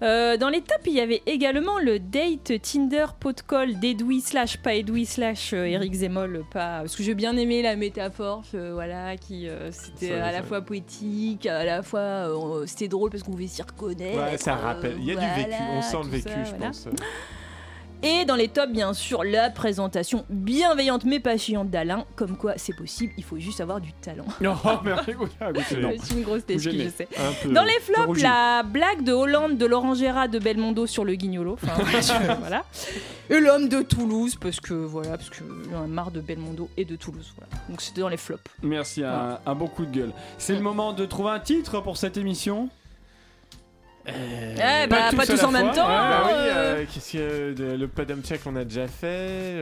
Euh, dans les tops, il y avait également le date Tinder pot de colle d'Edoui slash pas Edoui slash euh, Eric Zemmoll euh, pas parce que j'ai bien aimé la métaphore euh, voilà qui euh, c'était
Ça,
à
ça.
la fois poétique à la fois euh, c'était drôle parce qu'on pouvait s'y reconnaître
Ouais, ça
euh,
rappelle. Il y a
voilà,
du vécu, on sent
tout
le vécu,
ça,
je
voilà.
pense.
et dans les tops bien sûr la présentation bienveillante mais pas chiante d'Alain comme quoi c'est possible il faut juste avoir du talent
Non, Oh, mais écoutez, écoutez, non.
Je suis une grosse tête,
Vous
je
gênez.
sais.
Un peu.
Euh,
Dans les
Je
flops,
rougis.
la blague de Hollande, de l'Orangera, de Belmondo sur le guignolo. Enfin, je- voilà. Et l'homme de Toulouse, parce que voilà, parce que j'en ai marre de Belmondo et de Toulouse. voilà. Donc c'était dans les flops.
Merci, un, un bon coup de gueule. C'est le moment de trouver un titre pour cette émission
Eh bah, pas
à
tous
la
en même
fois.
temps,
Ouais, bah oui,
euh.
euh, qu'est-ce que, euh, de- le Padam Check, on a déjà fait.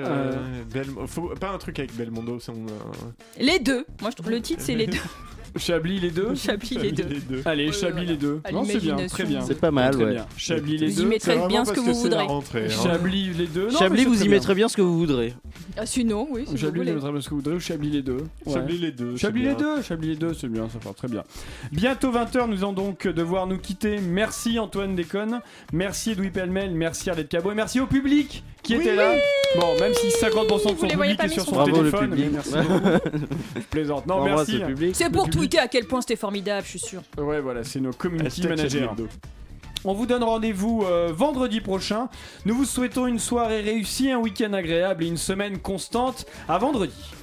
euh, Belmo- faut- pas un truc avec Belmondo, c'est on a-
Les deux. Moi, je trouve le titre, c'est les deux.
Chablis les deux
Chablis les deux.
Allez, Chablis les deux.
à
Non, c'est bien,
l'imagination.
très bien.
C'est pas mal,
Très
ouais.
bien. Chablis les
Vous y
deux.
mettrez
C'est
bien
vraiment
ce que
parce
vous
c'est la
voudrez.
rentrée, hein. Chablis les deux. Non, mais
Chablis,
c'est
vous
très
y
bien.
mettrez bien ce que vous voudrez.
Ah sinon, oui. Si
Chablis
vous
les
voulez.
deux, ce que vous voudrez, ou Chablis les deux.
Chablis les deux,
Chablis
c'est
les
bien.
deux, Chablis les deux, c'est bien, ça part très bien. Bientôt 20h, nous allons donc devoir nous quitter. Merci Antoine Déconne, merci Edoui Pellemel, merci Arlette Cabot et merci au public qui
Oui.
était là. Bon, même si 50% de son
Vous les voyez
public
pas,
est
mais
sur
ils
son
sont là.
Bravo, le
téléphone.
public.
mais merci beaucoup. Je plaisante. Non,
On embrasse
merci.
le public.
C'est
Le
pour
public.
tweeter à quel point c'était formidable, je suis sûr.
Ouais, voilà, c'est nos community
Hashtag
managers.
Chablis
On vous donne rendez-vous euh, vendredi prochain. Nous vous souhaitons une soirée réussie, un week-end agréable et une semaine constante. À vendredi.